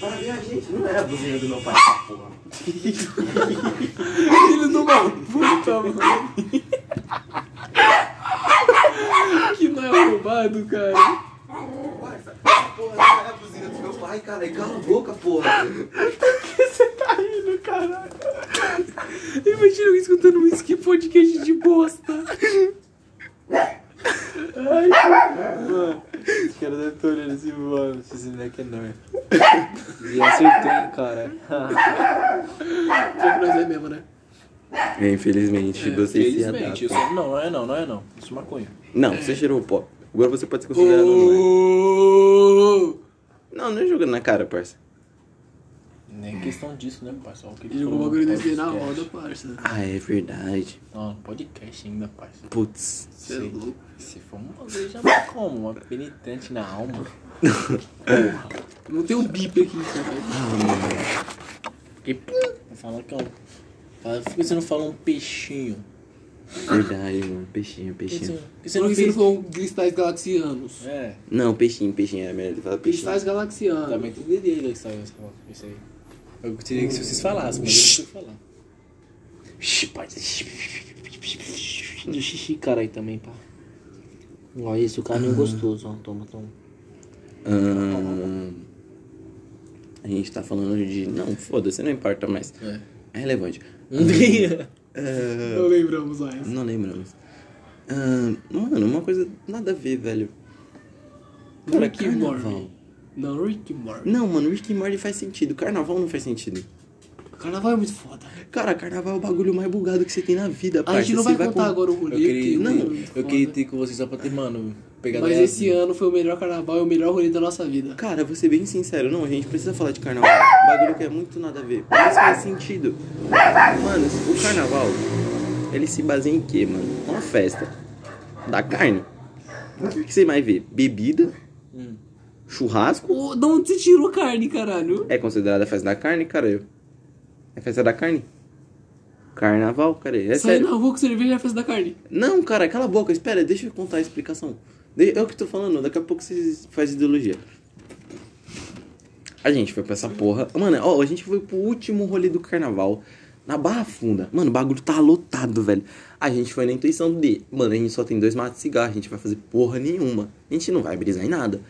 [SPEAKER 6] Para ver a gente, não é a buzina do meu pai, porra.
[SPEAKER 3] Filho de uma puta, mano. Que não é roubado, cara.
[SPEAKER 6] Porra, essa porra não é a buzina do meu pai, cara. E cala a boca, porra.
[SPEAKER 3] Você tá rindo, caralho. Imagina alguém escutando um que podcast de bosta.
[SPEAKER 2] Mano, os caras devem estar olhando assim, mano, esse moleque é *laughs* enorme. E acertou, hein, cara.
[SPEAKER 3] Pior que nós é mesmo, né?
[SPEAKER 1] Infelizmente, você se
[SPEAKER 4] Felizmente,
[SPEAKER 1] adapta.
[SPEAKER 4] isso é- não, não é não, não é não. Isso é maconha.
[SPEAKER 1] Não, você cheirou o pó. Agora você pode se considerar. não é. Não, não é jogando na cara, parça.
[SPEAKER 4] Nem questão disso, né, parça? Olha o que
[SPEAKER 3] Ele jogou o
[SPEAKER 4] falou
[SPEAKER 3] bagulho
[SPEAKER 4] no
[SPEAKER 3] desse na
[SPEAKER 4] podcast.
[SPEAKER 3] roda, parça.
[SPEAKER 1] Ah, é verdade.
[SPEAKER 4] Não, no podcast ainda, parça.
[SPEAKER 1] Putz.
[SPEAKER 3] Você é louco.
[SPEAKER 4] Se for um bagulho, já vai como? Uma penitente na alma.
[SPEAKER 3] Não tem um bip aqui, cara.
[SPEAKER 4] E pum, fala que é um. Fala, por que você não fala um peixinho?
[SPEAKER 1] Verdade, mano. Peixinho,
[SPEAKER 4] Por que você,
[SPEAKER 1] peixinho.
[SPEAKER 4] por que você
[SPEAKER 3] Por
[SPEAKER 4] não
[SPEAKER 3] que você não
[SPEAKER 4] fez?
[SPEAKER 3] falou cristais galaxianos?
[SPEAKER 4] É,
[SPEAKER 1] Não, peixinho, peixinho. Era melhor ele falar peixinho.
[SPEAKER 3] Cristais
[SPEAKER 4] também
[SPEAKER 3] galaxianos.
[SPEAKER 4] tem dele aí, sabe? essa- Isso aí. Eu queria que vocês falassem, mas eu não sei falar. Shhh, pai.
[SPEAKER 7] Do xixi, cara, aí também, pá. Olha esse caminho gostoso, ó. Toma, toma.
[SPEAKER 1] Ahn, a gente tá falando de. Não, foda-se, não importa mais. É, relevante.
[SPEAKER 2] *laughs*
[SPEAKER 1] É.
[SPEAKER 3] Não lembramos mais.
[SPEAKER 1] Não lembramos. Ahn, mano, uma coisa nada a ver, velho. Cara,
[SPEAKER 3] Rick and Morty.
[SPEAKER 1] carnaval.
[SPEAKER 3] Não, Rick and Morty.
[SPEAKER 1] Não, mano, Rick and Morty faz sentido. Carnaval não faz sentido.
[SPEAKER 3] Carnaval é muito foda.
[SPEAKER 1] Cara, carnaval é o bagulho mais bugado que você tem na vida,
[SPEAKER 3] A
[SPEAKER 1] parça.
[SPEAKER 3] gente não
[SPEAKER 1] Você
[SPEAKER 3] vai contar
[SPEAKER 1] com-
[SPEAKER 3] agora o rolê.
[SPEAKER 4] Eu queria,
[SPEAKER 3] que
[SPEAKER 1] não,
[SPEAKER 3] é muito
[SPEAKER 4] eu
[SPEAKER 3] foda.
[SPEAKER 4] queria ter com vocês só pra ter, mano, pegado
[SPEAKER 3] Mas
[SPEAKER 4] a-
[SPEAKER 3] esse ano foi o melhor carnaval e o melhor rolê da nossa vida.
[SPEAKER 1] Cara, vou ser bem sincero, não, a gente precisa falar de carnaval. Um bagulho que é muito nada a ver. Mas faz sentido. Mano, o carnaval, ele se baseia em quê, mano? Uma festa. Da carne. O que que você mais vê? Bebida,
[SPEAKER 4] Hum.
[SPEAKER 1] churrasco.
[SPEAKER 3] Ô, de onde você tirou carne, caralho?
[SPEAKER 1] É considerada festa da carne, cara? É festa da carne? Carnaval, cara? É
[SPEAKER 3] Sair na
[SPEAKER 1] sério?
[SPEAKER 3] rua com cerveja é a festa da carne.
[SPEAKER 1] Não, cara, cala a boca, espera, deixa eu contar a explicação. De- Eu que tô falando, daqui a pouco vocês fazem ideologia. A gente foi pra essa porra. Mano, ó, a gente foi pro último rolê do carnaval. Na Barra Funda. Mano, o bagulho tá lotado, velho. A gente foi na intuição de. Mano, a gente só tem dois matos de cigarro. A gente vai fazer porra nenhuma. A gente não vai brisar em nada.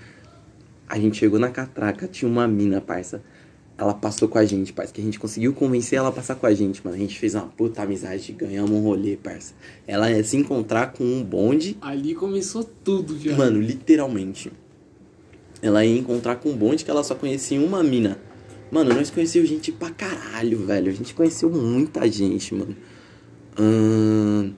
[SPEAKER 1] A gente chegou na catraca, tinha uma mina, parça. Ela passou com a gente, parça. Que a gente conseguiu convencer ela a passar com a gente, mano. A gente fez uma puta amizade, ganhamos um rolê, parça. Ela ia se encontrar com um bonde
[SPEAKER 3] Ali começou tudo, já.
[SPEAKER 1] Mano, literalmente. Ela ia encontrar com um bonde que ela só conhecia uma mina. Mano, nós conhecemos gente pra caralho, velho. A gente conheceu muita gente, mano. Ahn,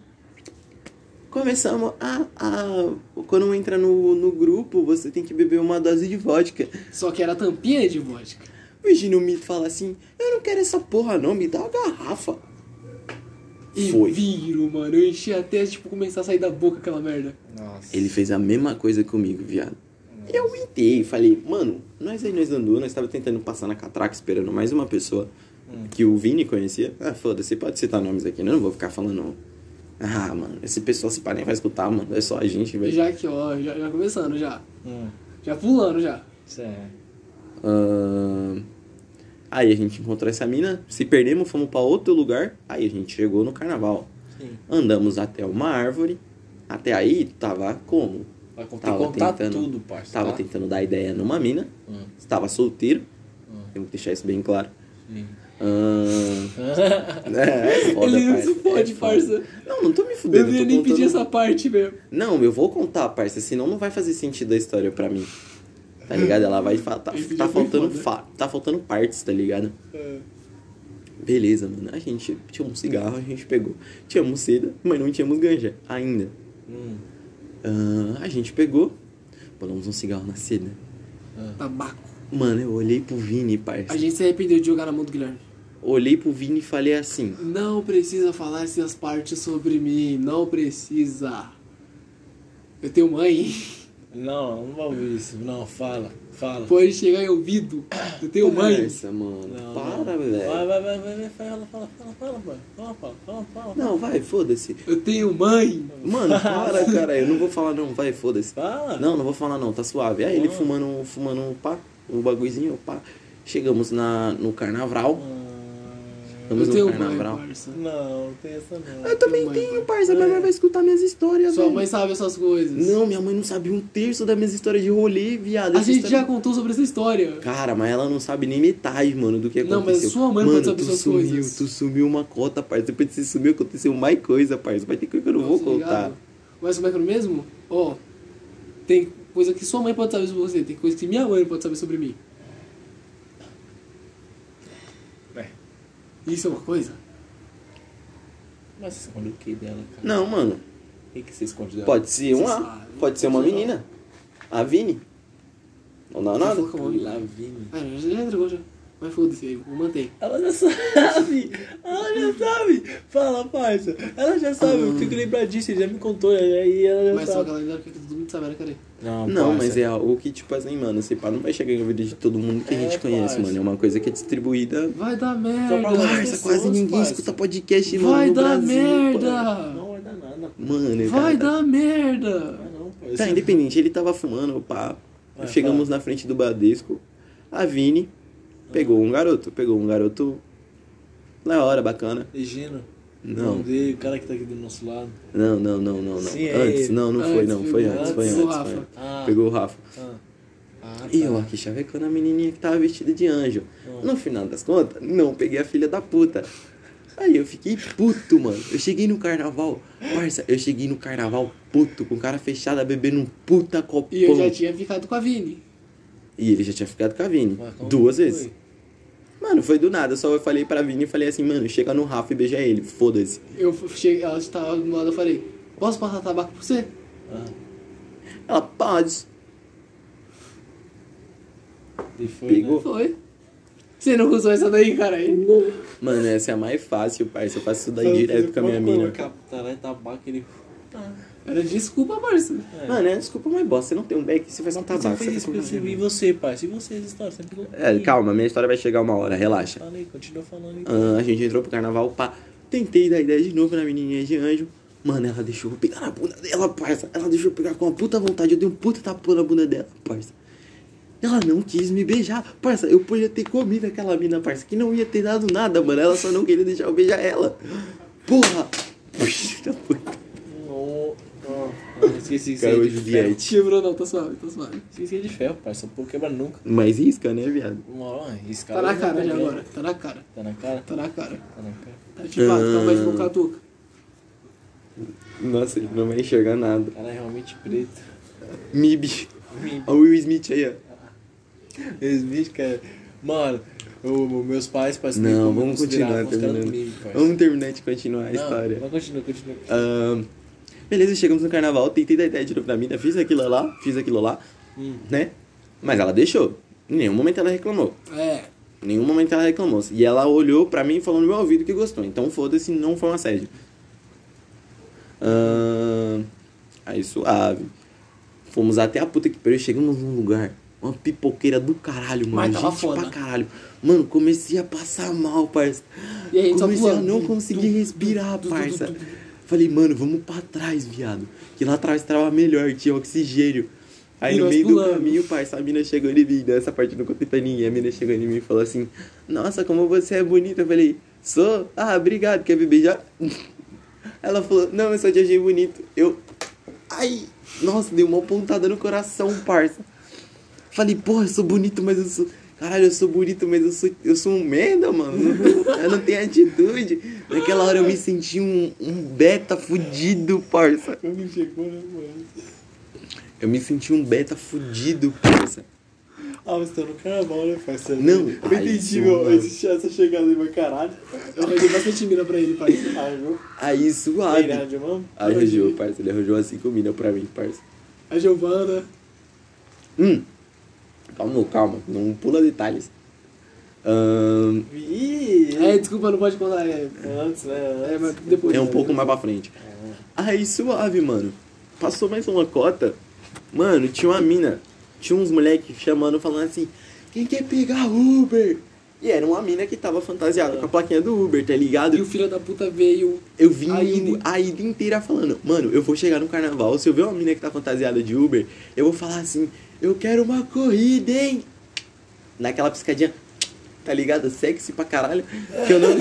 [SPEAKER 1] Começamos a, a. Quando entra no, no grupo, você tem que beber uma dose de vodka.
[SPEAKER 3] Só que era tampinha de vodka.
[SPEAKER 1] Imagina o mito fala assim: Eu não quero essa porra, não, me dá uma garrafa.
[SPEAKER 3] E
[SPEAKER 1] Foi.
[SPEAKER 3] viro, mano. Eu enchi até, tipo, começar a sair da boca aquela merda.
[SPEAKER 4] Nossa.
[SPEAKER 1] Ele fez a mesma coisa comigo, viado. Eu entrei e falei, mano, nós aí nós andou, nós tava tentando passar na catraca esperando mais uma pessoa que o Vini conhecia. Ah, foda-se, pode citar nomes aqui, né? Eu não vou ficar falando. Ah, mano, esse pessoal se pá nem vai escutar, mano. É só a gente, velho.
[SPEAKER 3] Já aqui, ó. Já, já começando, já.
[SPEAKER 4] Hum,
[SPEAKER 3] Já pulando, já.
[SPEAKER 4] isso é.
[SPEAKER 1] Ahn, Aí a gente encontrou essa mina, se perdemos, fomos pra outro lugar. Aí a gente chegou no carnaval.
[SPEAKER 4] Sim.
[SPEAKER 1] Andamos até uma árvore. Até aí tava como?
[SPEAKER 4] Vai contar,
[SPEAKER 1] Tava
[SPEAKER 4] contar
[SPEAKER 1] tentando-
[SPEAKER 4] tudo, parça.
[SPEAKER 1] Tava
[SPEAKER 4] tá?
[SPEAKER 1] tentando dar ideia numa mina.
[SPEAKER 4] Hum.
[SPEAKER 1] Estava solteiro.
[SPEAKER 4] Hum.
[SPEAKER 1] Tenho que deixar isso bem claro.
[SPEAKER 4] Sim.
[SPEAKER 1] Ahn,
[SPEAKER 3] *laughs*
[SPEAKER 1] é, é foda,
[SPEAKER 3] Ele não
[SPEAKER 1] parça,
[SPEAKER 3] se fode,
[SPEAKER 1] é foda.
[SPEAKER 3] parça.
[SPEAKER 1] Não, não tô me
[SPEAKER 3] Eu
[SPEAKER 1] fudendo.
[SPEAKER 3] não ia
[SPEAKER 1] tô
[SPEAKER 3] nem
[SPEAKER 1] contando-
[SPEAKER 3] pedir essa parte mesmo.
[SPEAKER 1] Não, eu vou contar, parça. Senão não vai fazer sentido a história pra mim. Tá ligado? Ela vai falar. Tá,
[SPEAKER 3] Ele
[SPEAKER 1] tá
[SPEAKER 3] já foi
[SPEAKER 1] faltando
[SPEAKER 3] foda.
[SPEAKER 1] fa- tá faltando partes, tá ligado? Beleza, mano. A gente tinha um cigarro, a gente pegou. Tínhamos seda, mas não tínhamos ganja ainda.
[SPEAKER 4] Hum,
[SPEAKER 1] Ah, a gente pegou, bolamos um cigarro na seda.
[SPEAKER 3] Tabaco.
[SPEAKER 1] Mano, eu olhei pro Vini, parça.
[SPEAKER 3] A gente se arrependeu de jogar na mão do Guilherme.
[SPEAKER 1] Olhei pro Vini e falei assim.
[SPEAKER 3] Não precisa falar essas partes sobre mim. Não precisa. Eu tenho mãe. *laughs*
[SPEAKER 2] Não, não vou ouvir isso. Não, fala, fala.
[SPEAKER 3] Pode chegar em ouvido do teu
[SPEAKER 1] é
[SPEAKER 3] mãe.
[SPEAKER 1] Essa, mano.
[SPEAKER 2] Não,
[SPEAKER 1] Para,
[SPEAKER 2] não. Vai,
[SPEAKER 1] velho.
[SPEAKER 2] vai, vai, vai, vai, fala, fala, fala, fala, mano. Fala, fala, fala, fala.
[SPEAKER 1] Não, vai, foda-se.
[SPEAKER 3] Eu tenho mãe.
[SPEAKER 1] Mano, para, cara. Eu não vou falar não, vai, foda-se.
[SPEAKER 2] Fala.
[SPEAKER 1] Não, não vou falar não, tá suave. Aí ele fumando, um- fumando um pá, um bagulhozinho, pá. Chegamos na, no carnaval.
[SPEAKER 3] Eu
[SPEAKER 1] Estamos
[SPEAKER 3] tenho um
[SPEAKER 1] no
[SPEAKER 3] mãe,
[SPEAKER 1] carnaval.
[SPEAKER 3] parça.
[SPEAKER 2] Não, não tem essa não.
[SPEAKER 1] Eu também
[SPEAKER 3] mãe,
[SPEAKER 1] tenho, parça. Minha mãe vai escutar minhas histórias,
[SPEAKER 3] um É. Sua
[SPEAKER 1] velho.
[SPEAKER 3] mãe sabe essas coisas.
[SPEAKER 1] Não, minha mãe não sabe um terço das minhas histórias de rolê, viado.
[SPEAKER 3] A
[SPEAKER 1] Essa
[SPEAKER 3] gente já
[SPEAKER 1] história- é
[SPEAKER 3] contou sobre essa história.
[SPEAKER 1] Cara, mas ela não sabe nem metade, mano, do que aconteceu.
[SPEAKER 3] Não, mas sua mãe não
[SPEAKER 1] mano,
[SPEAKER 3] pode saber
[SPEAKER 1] tu
[SPEAKER 3] essas
[SPEAKER 1] sumiu,
[SPEAKER 3] coisas.
[SPEAKER 1] Tu sumiu uma cota, parça. Depois que você sumiu, aconteceu mais coisa, parça. Vai ter coisa que eu não vou
[SPEAKER 3] Tá
[SPEAKER 1] contar.
[SPEAKER 3] ligado? Mas como é que é mesmo? Ó, tem coisa que sua mãe pode saber sobre você, tem coisa que minha mãe não pode saber sobre mim.
[SPEAKER 2] É.
[SPEAKER 3] Isso é uma coisa?
[SPEAKER 2] Mas você escondeu o que dela, cara?
[SPEAKER 1] Não, mano.
[SPEAKER 2] O que, que você esconde dela?
[SPEAKER 1] Pode ser
[SPEAKER 3] Você
[SPEAKER 1] uma.
[SPEAKER 3] sabe.
[SPEAKER 1] Pode ser uma menina. A Vini. Não dá nada.
[SPEAKER 3] Você falou que eu vou-
[SPEAKER 2] Lavigne.
[SPEAKER 3] Ah, já, já entregou já. Mas foda-se aí, vou manter.
[SPEAKER 2] Ela já *laughs* sabe! Ela já sabe! Fala, parça! Ela já sabe, eu tenho que lembrar disso, ele já me contou, aí ela já
[SPEAKER 3] Mas só
[SPEAKER 2] sabe.
[SPEAKER 3] aquela galera que todo mundo sabe, né, cara?
[SPEAKER 2] Não,
[SPEAKER 1] Não, mas é algo que, tipo assim, mano, esse pá não vai chegar na vida de todo mundo que a
[SPEAKER 2] É,
[SPEAKER 1] gente conhece,
[SPEAKER 2] parça.
[SPEAKER 1] mano. É uma coisa que é distribuída.
[SPEAKER 3] Vai dar
[SPEAKER 2] Só pra
[SPEAKER 3] merda!
[SPEAKER 2] algumas
[SPEAKER 1] Parça, quase
[SPEAKER 2] pessoas,
[SPEAKER 1] ninguém
[SPEAKER 2] parça.
[SPEAKER 1] escuta podcast no,
[SPEAKER 3] Vai
[SPEAKER 1] no
[SPEAKER 3] dar
[SPEAKER 1] Brasil. pá.
[SPEAKER 3] merda!
[SPEAKER 2] Não vai dar nada.
[SPEAKER 1] Mano, o
[SPEAKER 3] Vai
[SPEAKER 1] cara tá-
[SPEAKER 3] dar merda!
[SPEAKER 2] Não, não, parça.
[SPEAKER 1] Tá, independente, ele tava fumando, pá.
[SPEAKER 2] Vai,
[SPEAKER 1] Chegamos na frente do Badesco. A Vini
[SPEAKER 3] Ah.
[SPEAKER 1] pegou um garoto. Pegou um garoto. Na hora, bacana.
[SPEAKER 2] é Egino.
[SPEAKER 1] Não.
[SPEAKER 3] Hum.
[SPEAKER 2] Não dei, o cara que tá aqui do nosso lado.
[SPEAKER 1] Não, não, não, não, não.
[SPEAKER 2] Sim, é
[SPEAKER 1] antes,
[SPEAKER 2] ele.
[SPEAKER 1] não, não foi,
[SPEAKER 3] Antes,
[SPEAKER 1] não. Foi
[SPEAKER 3] pegou
[SPEAKER 1] antes, foi
[SPEAKER 3] antes
[SPEAKER 1] antes.
[SPEAKER 3] do
[SPEAKER 1] foi
[SPEAKER 3] Rafa.
[SPEAKER 1] antes.
[SPEAKER 2] Ah.
[SPEAKER 1] Pegou o Rafa.
[SPEAKER 2] Ah. Ah,
[SPEAKER 1] E eu aqui chavecando a menininha que tava vestida de anjo. No final das contas, não peguei a filha da puta. Aí eu fiquei puto, mano. Eu cheguei no carnaval, parça, eu cheguei no carnaval puto, com cara fechada, bebendo um puta copão.
[SPEAKER 3] E eu já tinha ficado com a Vini.
[SPEAKER 1] E ele já tinha ficado com a Vini.
[SPEAKER 2] Mas como
[SPEAKER 1] duas
[SPEAKER 2] que
[SPEAKER 1] vezes.
[SPEAKER 2] foi?
[SPEAKER 1] Mano, foi do nada. Só eu falei pra Vini e falei assim, mano, chega no Rafa e beija ele. Foda-se.
[SPEAKER 3] Eu cheguei, ela estava do lado, eu falei, posso passar tabaco pra você?
[SPEAKER 2] Ah,
[SPEAKER 1] Ela, pode.
[SPEAKER 2] e foi, né?
[SPEAKER 1] Pegou.
[SPEAKER 3] Foi. Você não usou essa daí, cara?
[SPEAKER 1] Mano, essa é a mais fácil, parça. Eu faço isso daí
[SPEAKER 2] Né?
[SPEAKER 1] direto com a minha mina.
[SPEAKER 2] Caralho, tá tabaco, ele...
[SPEAKER 3] Era desculpa, parceiro.
[SPEAKER 1] Mano, é, desculpa, mas bosta, você não tem um beck, você faz um
[SPEAKER 2] Você
[SPEAKER 1] tabaco. Você
[SPEAKER 2] fez
[SPEAKER 1] faz
[SPEAKER 2] isso pra você,
[SPEAKER 1] um
[SPEAKER 2] e você, parça? E vocês, histórias? Você pegou...
[SPEAKER 1] é, calma, minha história vai chegar uma hora, relaxa.
[SPEAKER 2] Fala aí, continua falando aí.
[SPEAKER 1] Ah, a gente entrou pro carnaval, pá. Tentei dar ideia de novo na menininha de anjo. Mano, ela deixou eu pegar na bunda dela, parça. Ela deixou eu pegar com uma puta vontade. Eu dei um puta tapão na bunda dela, parça. Ela não quis me beijar, parça. Eu podia ter comido aquela mina, parça, que não ia ter dado nada, mano. Ela só não queria deixar eu beijar ela. Porra! *laughs* Puxa, puta.
[SPEAKER 2] Oh, oh, oh, esqueci que
[SPEAKER 1] Caiu a
[SPEAKER 2] você é de ferro.
[SPEAKER 1] Juliette.
[SPEAKER 3] Quebrou não, tá suave, tá suave.
[SPEAKER 2] Esqueci que é de ferro, parça. O povo quebra nunca.
[SPEAKER 1] Mas risca, né, viado?
[SPEAKER 2] Uma hora, esse
[SPEAKER 3] Tá
[SPEAKER 2] cara...
[SPEAKER 3] na
[SPEAKER 2] não
[SPEAKER 3] cara já
[SPEAKER 2] quebra.
[SPEAKER 3] agora, tá na cara,
[SPEAKER 2] Tá na cara?
[SPEAKER 3] tá na cara.
[SPEAKER 2] Tá na cara.
[SPEAKER 3] Tá ativado,
[SPEAKER 1] Ah.
[SPEAKER 3] então vai de boca tuca.
[SPEAKER 1] Nossa, ele não vai enxergar nada.
[SPEAKER 2] Cara é realmente preto.
[SPEAKER 1] Mib. Olha o Will Smith aí, ó.
[SPEAKER 2] Esse bicho, cara... Mano, o, meus pais, parça... me-
[SPEAKER 1] Não,
[SPEAKER 2] me
[SPEAKER 1] vamos continuar
[SPEAKER 2] consideravam os caras do
[SPEAKER 1] terminando.
[SPEAKER 2] meme, parça.
[SPEAKER 1] Vamos terminar de continuar a
[SPEAKER 2] Não,
[SPEAKER 1] história.
[SPEAKER 2] Mas continua, continua.
[SPEAKER 1] Ahn, beleza, chegamos no carnaval, tentei dar ideia de novo na mina, fiz aquilo lá, fiz aquilo lá,
[SPEAKER 2] Hum.
[SPEAKER 1] né? Mas ela deixou. Em nenhum momento ela reclamou.
[SPEAKER 3] É,
[SPEAKER 1] Em nenhum momento ela reclamou. E ela olhou pra mim e falou no meu ouvido que gostou. Então foda-se, não foi um assédio. Ahn, aí suave. Fomos até a puta que pariu, chegamos num lugar. Uma pipoqueira do caralho, mano.
[SPEAKER 3] Mas tava
[SPEAKER 1] Gente
[SPEAKER 3] foda.
[SPEAKER 1] pra caralho. Mano, comecei a passar mal, parça.
[SPEAKER 3] E aí, só
[SPEAKER 1] comecei a
[SPEAKER 3] voando.
[SPEAKER 1] não
[SPEAKER 3] Tum,
[SPEAKER 1] conseguir
[SPEAKER 3] tum,
[SPEAKER 1] respirar,
[SPEAKER 3] tum, tum,
[SPEAKER 1] parça.
[SPEAKER 3] tum, tum,
[SPEAKER 1] Falei, mano, vamos pra trás, viado. Que lá atrás tava melhor, tinha oxigênio. Aí
[SPEAKER 3] E
[SPEAKER 1] no
[SPEAKER 3] nós
[SPEAKER 1] meio do
[SPEAKER 3] pulamos.
[SPEAKER 1] caminho, parça, a mina chegou em mim. Nessa parte eu não contei pra ninguém. A mina chegou em mim e falou assim: Nossa, como você é bonita. Eu falei: Sou? Ah, obrigado. Quer me beijar? *laughs* Ela falou: Não, eu só te achei bonito. Eu. Ai! Nossa, deu uma pontada no coração, parça. Falei, porra, eu sou bonito, mas eu sou. Caralho, eu sou bonito, mas eu sou, eu sou um merda, mano. Não tô- eu não tenho atitude. Naquela hora eu me senti um, um beta fudido, parça.
[SPEAKER 2] Quando chegou, né, mano?
[SPEAKER 1] Eu me senti um beta fudido, parça.
[SPEAKER 2] Ah, você tá no carnaval, né, parça?
[SPEAKER 1] Não,
[SPEAKER 2] Eu
[SPEAKER 1] ai,
[SPEAKER 2] entendi,
[SPEAKER 1] isso,
[SPEAKER 2] meu.
[SPEAKER 1] mano.
[SPEAKER 2] esse- Essa chegada aí, meu caralho.
[SPEAKER 3] eu arranjei bastante mina pra ele, parceiro.
[SPEAKER 2] Ah, viu?
[SPEAKER 1] Aí
[SPEAKER 2] Ele
[SPEAKER 1] suave.
[SPEAKER 2] arranjou mesmo?
[SPEAKER 1] Arranjou, parça. Ele arranjou assim comida pra mim, parça.
[SPEAKER 3] A Giovana.
[SPEAKER 1] Hum. Calma, calma. Não pula detalhes. Ahn,
[SPEAKER 2] Ih,
[SPEAKER 3] É, desculpa, não pode contar, é.
[SPEAKER 2] antes, né?
[SPEAKER 3] É, mas
[SPEAKER 2] Antes.
[SPEAKER 1] um
[SPEAKER 3] depois.
[SPEAKER 1] É um pouco mais pra frente. Aí suave, mano. Passou mais uma cota. Mano, tinha uma mina. Tinha uns moleques chamando, falando assim: Quem quer pegar Uber? E era uma mina que tava fantasiada com a plaquinha do Uber, tá ligado?
[SPEAKER 3] E o filho da puta veio.
[SPEAKER 1] Eu vim
[SPEAKER 3] A ida.
[SPEAKER 1] a ida inteira falando, mano, eu vou chegar no carnaval, se eu ver uma mina que tá fantasiada de Uber, eu vou falar assim, eu quero uma corrida, hein? Naquela piscadinha, tá ligado? Sexy pra caralho, que eu não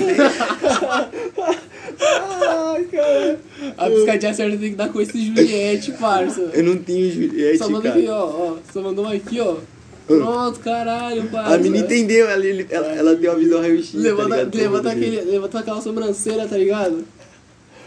[SPEAKER 3] A piscadinha certa tem que dar com esse Juliette,
[SPEAKER 1] *laughs*
[SPEAKER 3] parça.
[SPEAKER 1] eu não tenho Juliette,
[SPEAKER 3] Só mandou
[SPEAKER 1] cara. Ah.
[SPEAKER 3] aqui, ó, ó. Só mandou um aqui, ó. Pronto, caralho, parça.
[SPEAKER 1] A mina entendeu, ela, ele- ela, ela deu a visão raio-x, tá
[SPEAKER 3] Levanta,
[SPEAKER 1] ligado?
[SPEAKER 3] levanta,
[SPEAKER 1] Todo mundo
[SPEAKER 3] aquele, levanta aquela sobrancelha, tá ligado?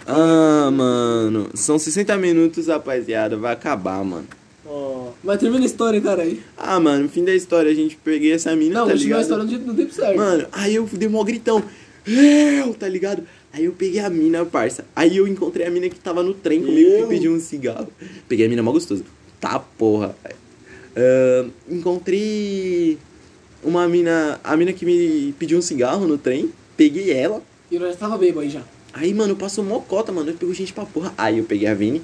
[SPEAKER 1] Ah, mano, são 60 minutos, rapaziada, vai acabar, mano.
[SPEAKER 2] Ó,
[SPEAKER 3] Mas termina a história, cara aí.
[SPEAKER 1] Ah, mano, fim da história, a gente peguei essa mina,
[SPEAKER 3] Não,
[SPEAKER 1] tá
[SPEAKER 3] continua a
[SPEAKER 1] ligado?
[SPEAKER 3] história do jeito do tempo certo.
[SPEAKER 1] Mano, aí eu dei um mó gritão. Eu, tá ligado? Aí eu peguei a mina, parça. Aí eu encontrei a mina que tava no trem comigo e pedi um cigarro. Peguei a mina mó gostosa. Tá porra. Ahn, encontrei uma mina. A mina que me pediu um cigarro no trem. Peguei ela.
[SPEAKER 3] E nós tava bêbado aí já.
[SPEAKER 1] Aí, mano, passou mó cota, mano. Pegou gente pra porra. Aí eu peguei a Vini.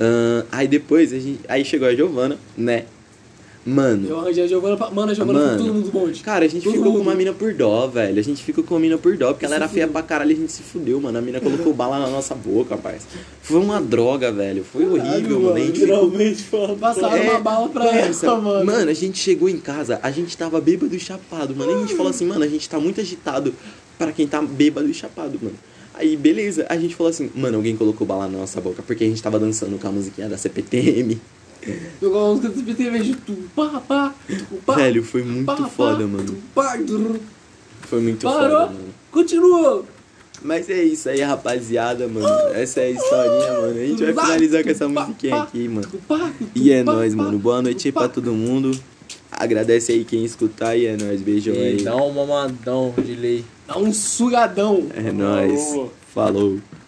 [SPEAKER 1] Ahn, aí depois a gente. Aí chegou a Giovana, né? Mano.
[SPEAKER 3] Eu arranjei a Giovana pra... Mano, a Giovana
[SPEAKER 1] Mano.
[SPEAKER 3] foi todo mundo bonde.
[SPEAKER 1] Cara, a gente
[SPEAKER 3] Todo
[SPEAKER 1] ficou com
[SPEAKER 3] mundo.
[SPEAKER 1] uma mina por dó, velho. A gente ficou com uma mina por dó, porque ela era feia pra caralho e a gente se fudeu, mano. A mina colocou bala na nossa boca, rapaz. Foi uma droga, velho. Foi horrível, mano. A gente ficou-
[SPEAKER 2] Literalmente falando.
[SPEAKER 3] Passaram
[SPEAKER 1] É,
[SPEAKER 3] uma bala pra
[SPEAKER 1] Parça,
[SPEAKER 3] ela, mano.
[SPEAKER 1] a gente chegou em casa, a gente tava bêbado e chapado, mano. E a gente falou assim, mano, a gente tá muito agitado pra quem tá bêbado e chapado, mano. Aí, beleza, a gente falou assim, mano, alguém colocou bala na nossa boca, porque a gente tava dançando com a musiquinha da CPTM.
[SPEAKER 3] Jogou a música do CPT em vez de tu, pá, pá, tu, pá,
[SPEAKER 1] velho, foi
[SPEAKER 3] pá,
[SPEAKER 1] muito
[SPEAKER 3] pá,
[SPEAKER 1] foda,
[SPEAKER 3] tu,
[SPEAKER 1] mano.
[SPEAKER 3] pá, drrr.
[SPEAKER 1] Foi muito
[SPEAKER 3] Parou,
[SPEAKER 1] foda, mano.
[SPEAKER 3] continuou.
[SPEAKER 1] Mas é isso aí, rapaziada, mano. Essa é a historinha, mano. A gente vai finalizar com essa musiquinha aqui, mano.
[SPEAKER 3] Tu, pá, tu,
[SPEAKER 1] E é
[SPEAKER 3] pá,
[SPEAKER 1] nóis,
[SPEAKER 3] pá,
[SPEAKER 1] mano. Boa noite aí
[SPEAKER 3] tu,
[SPEAKER 1] pra
[SPEAKER 3] pá.
[SPEAKER 1] todo mundo. Agradece aí quem escutar e é nóis. Beijo aí.
[SPEAKER 4] E dá um mamadão de lei.
[SPEAKER 3] Dá um sugadão.
[SPEAKER 1] É nóis. Falou.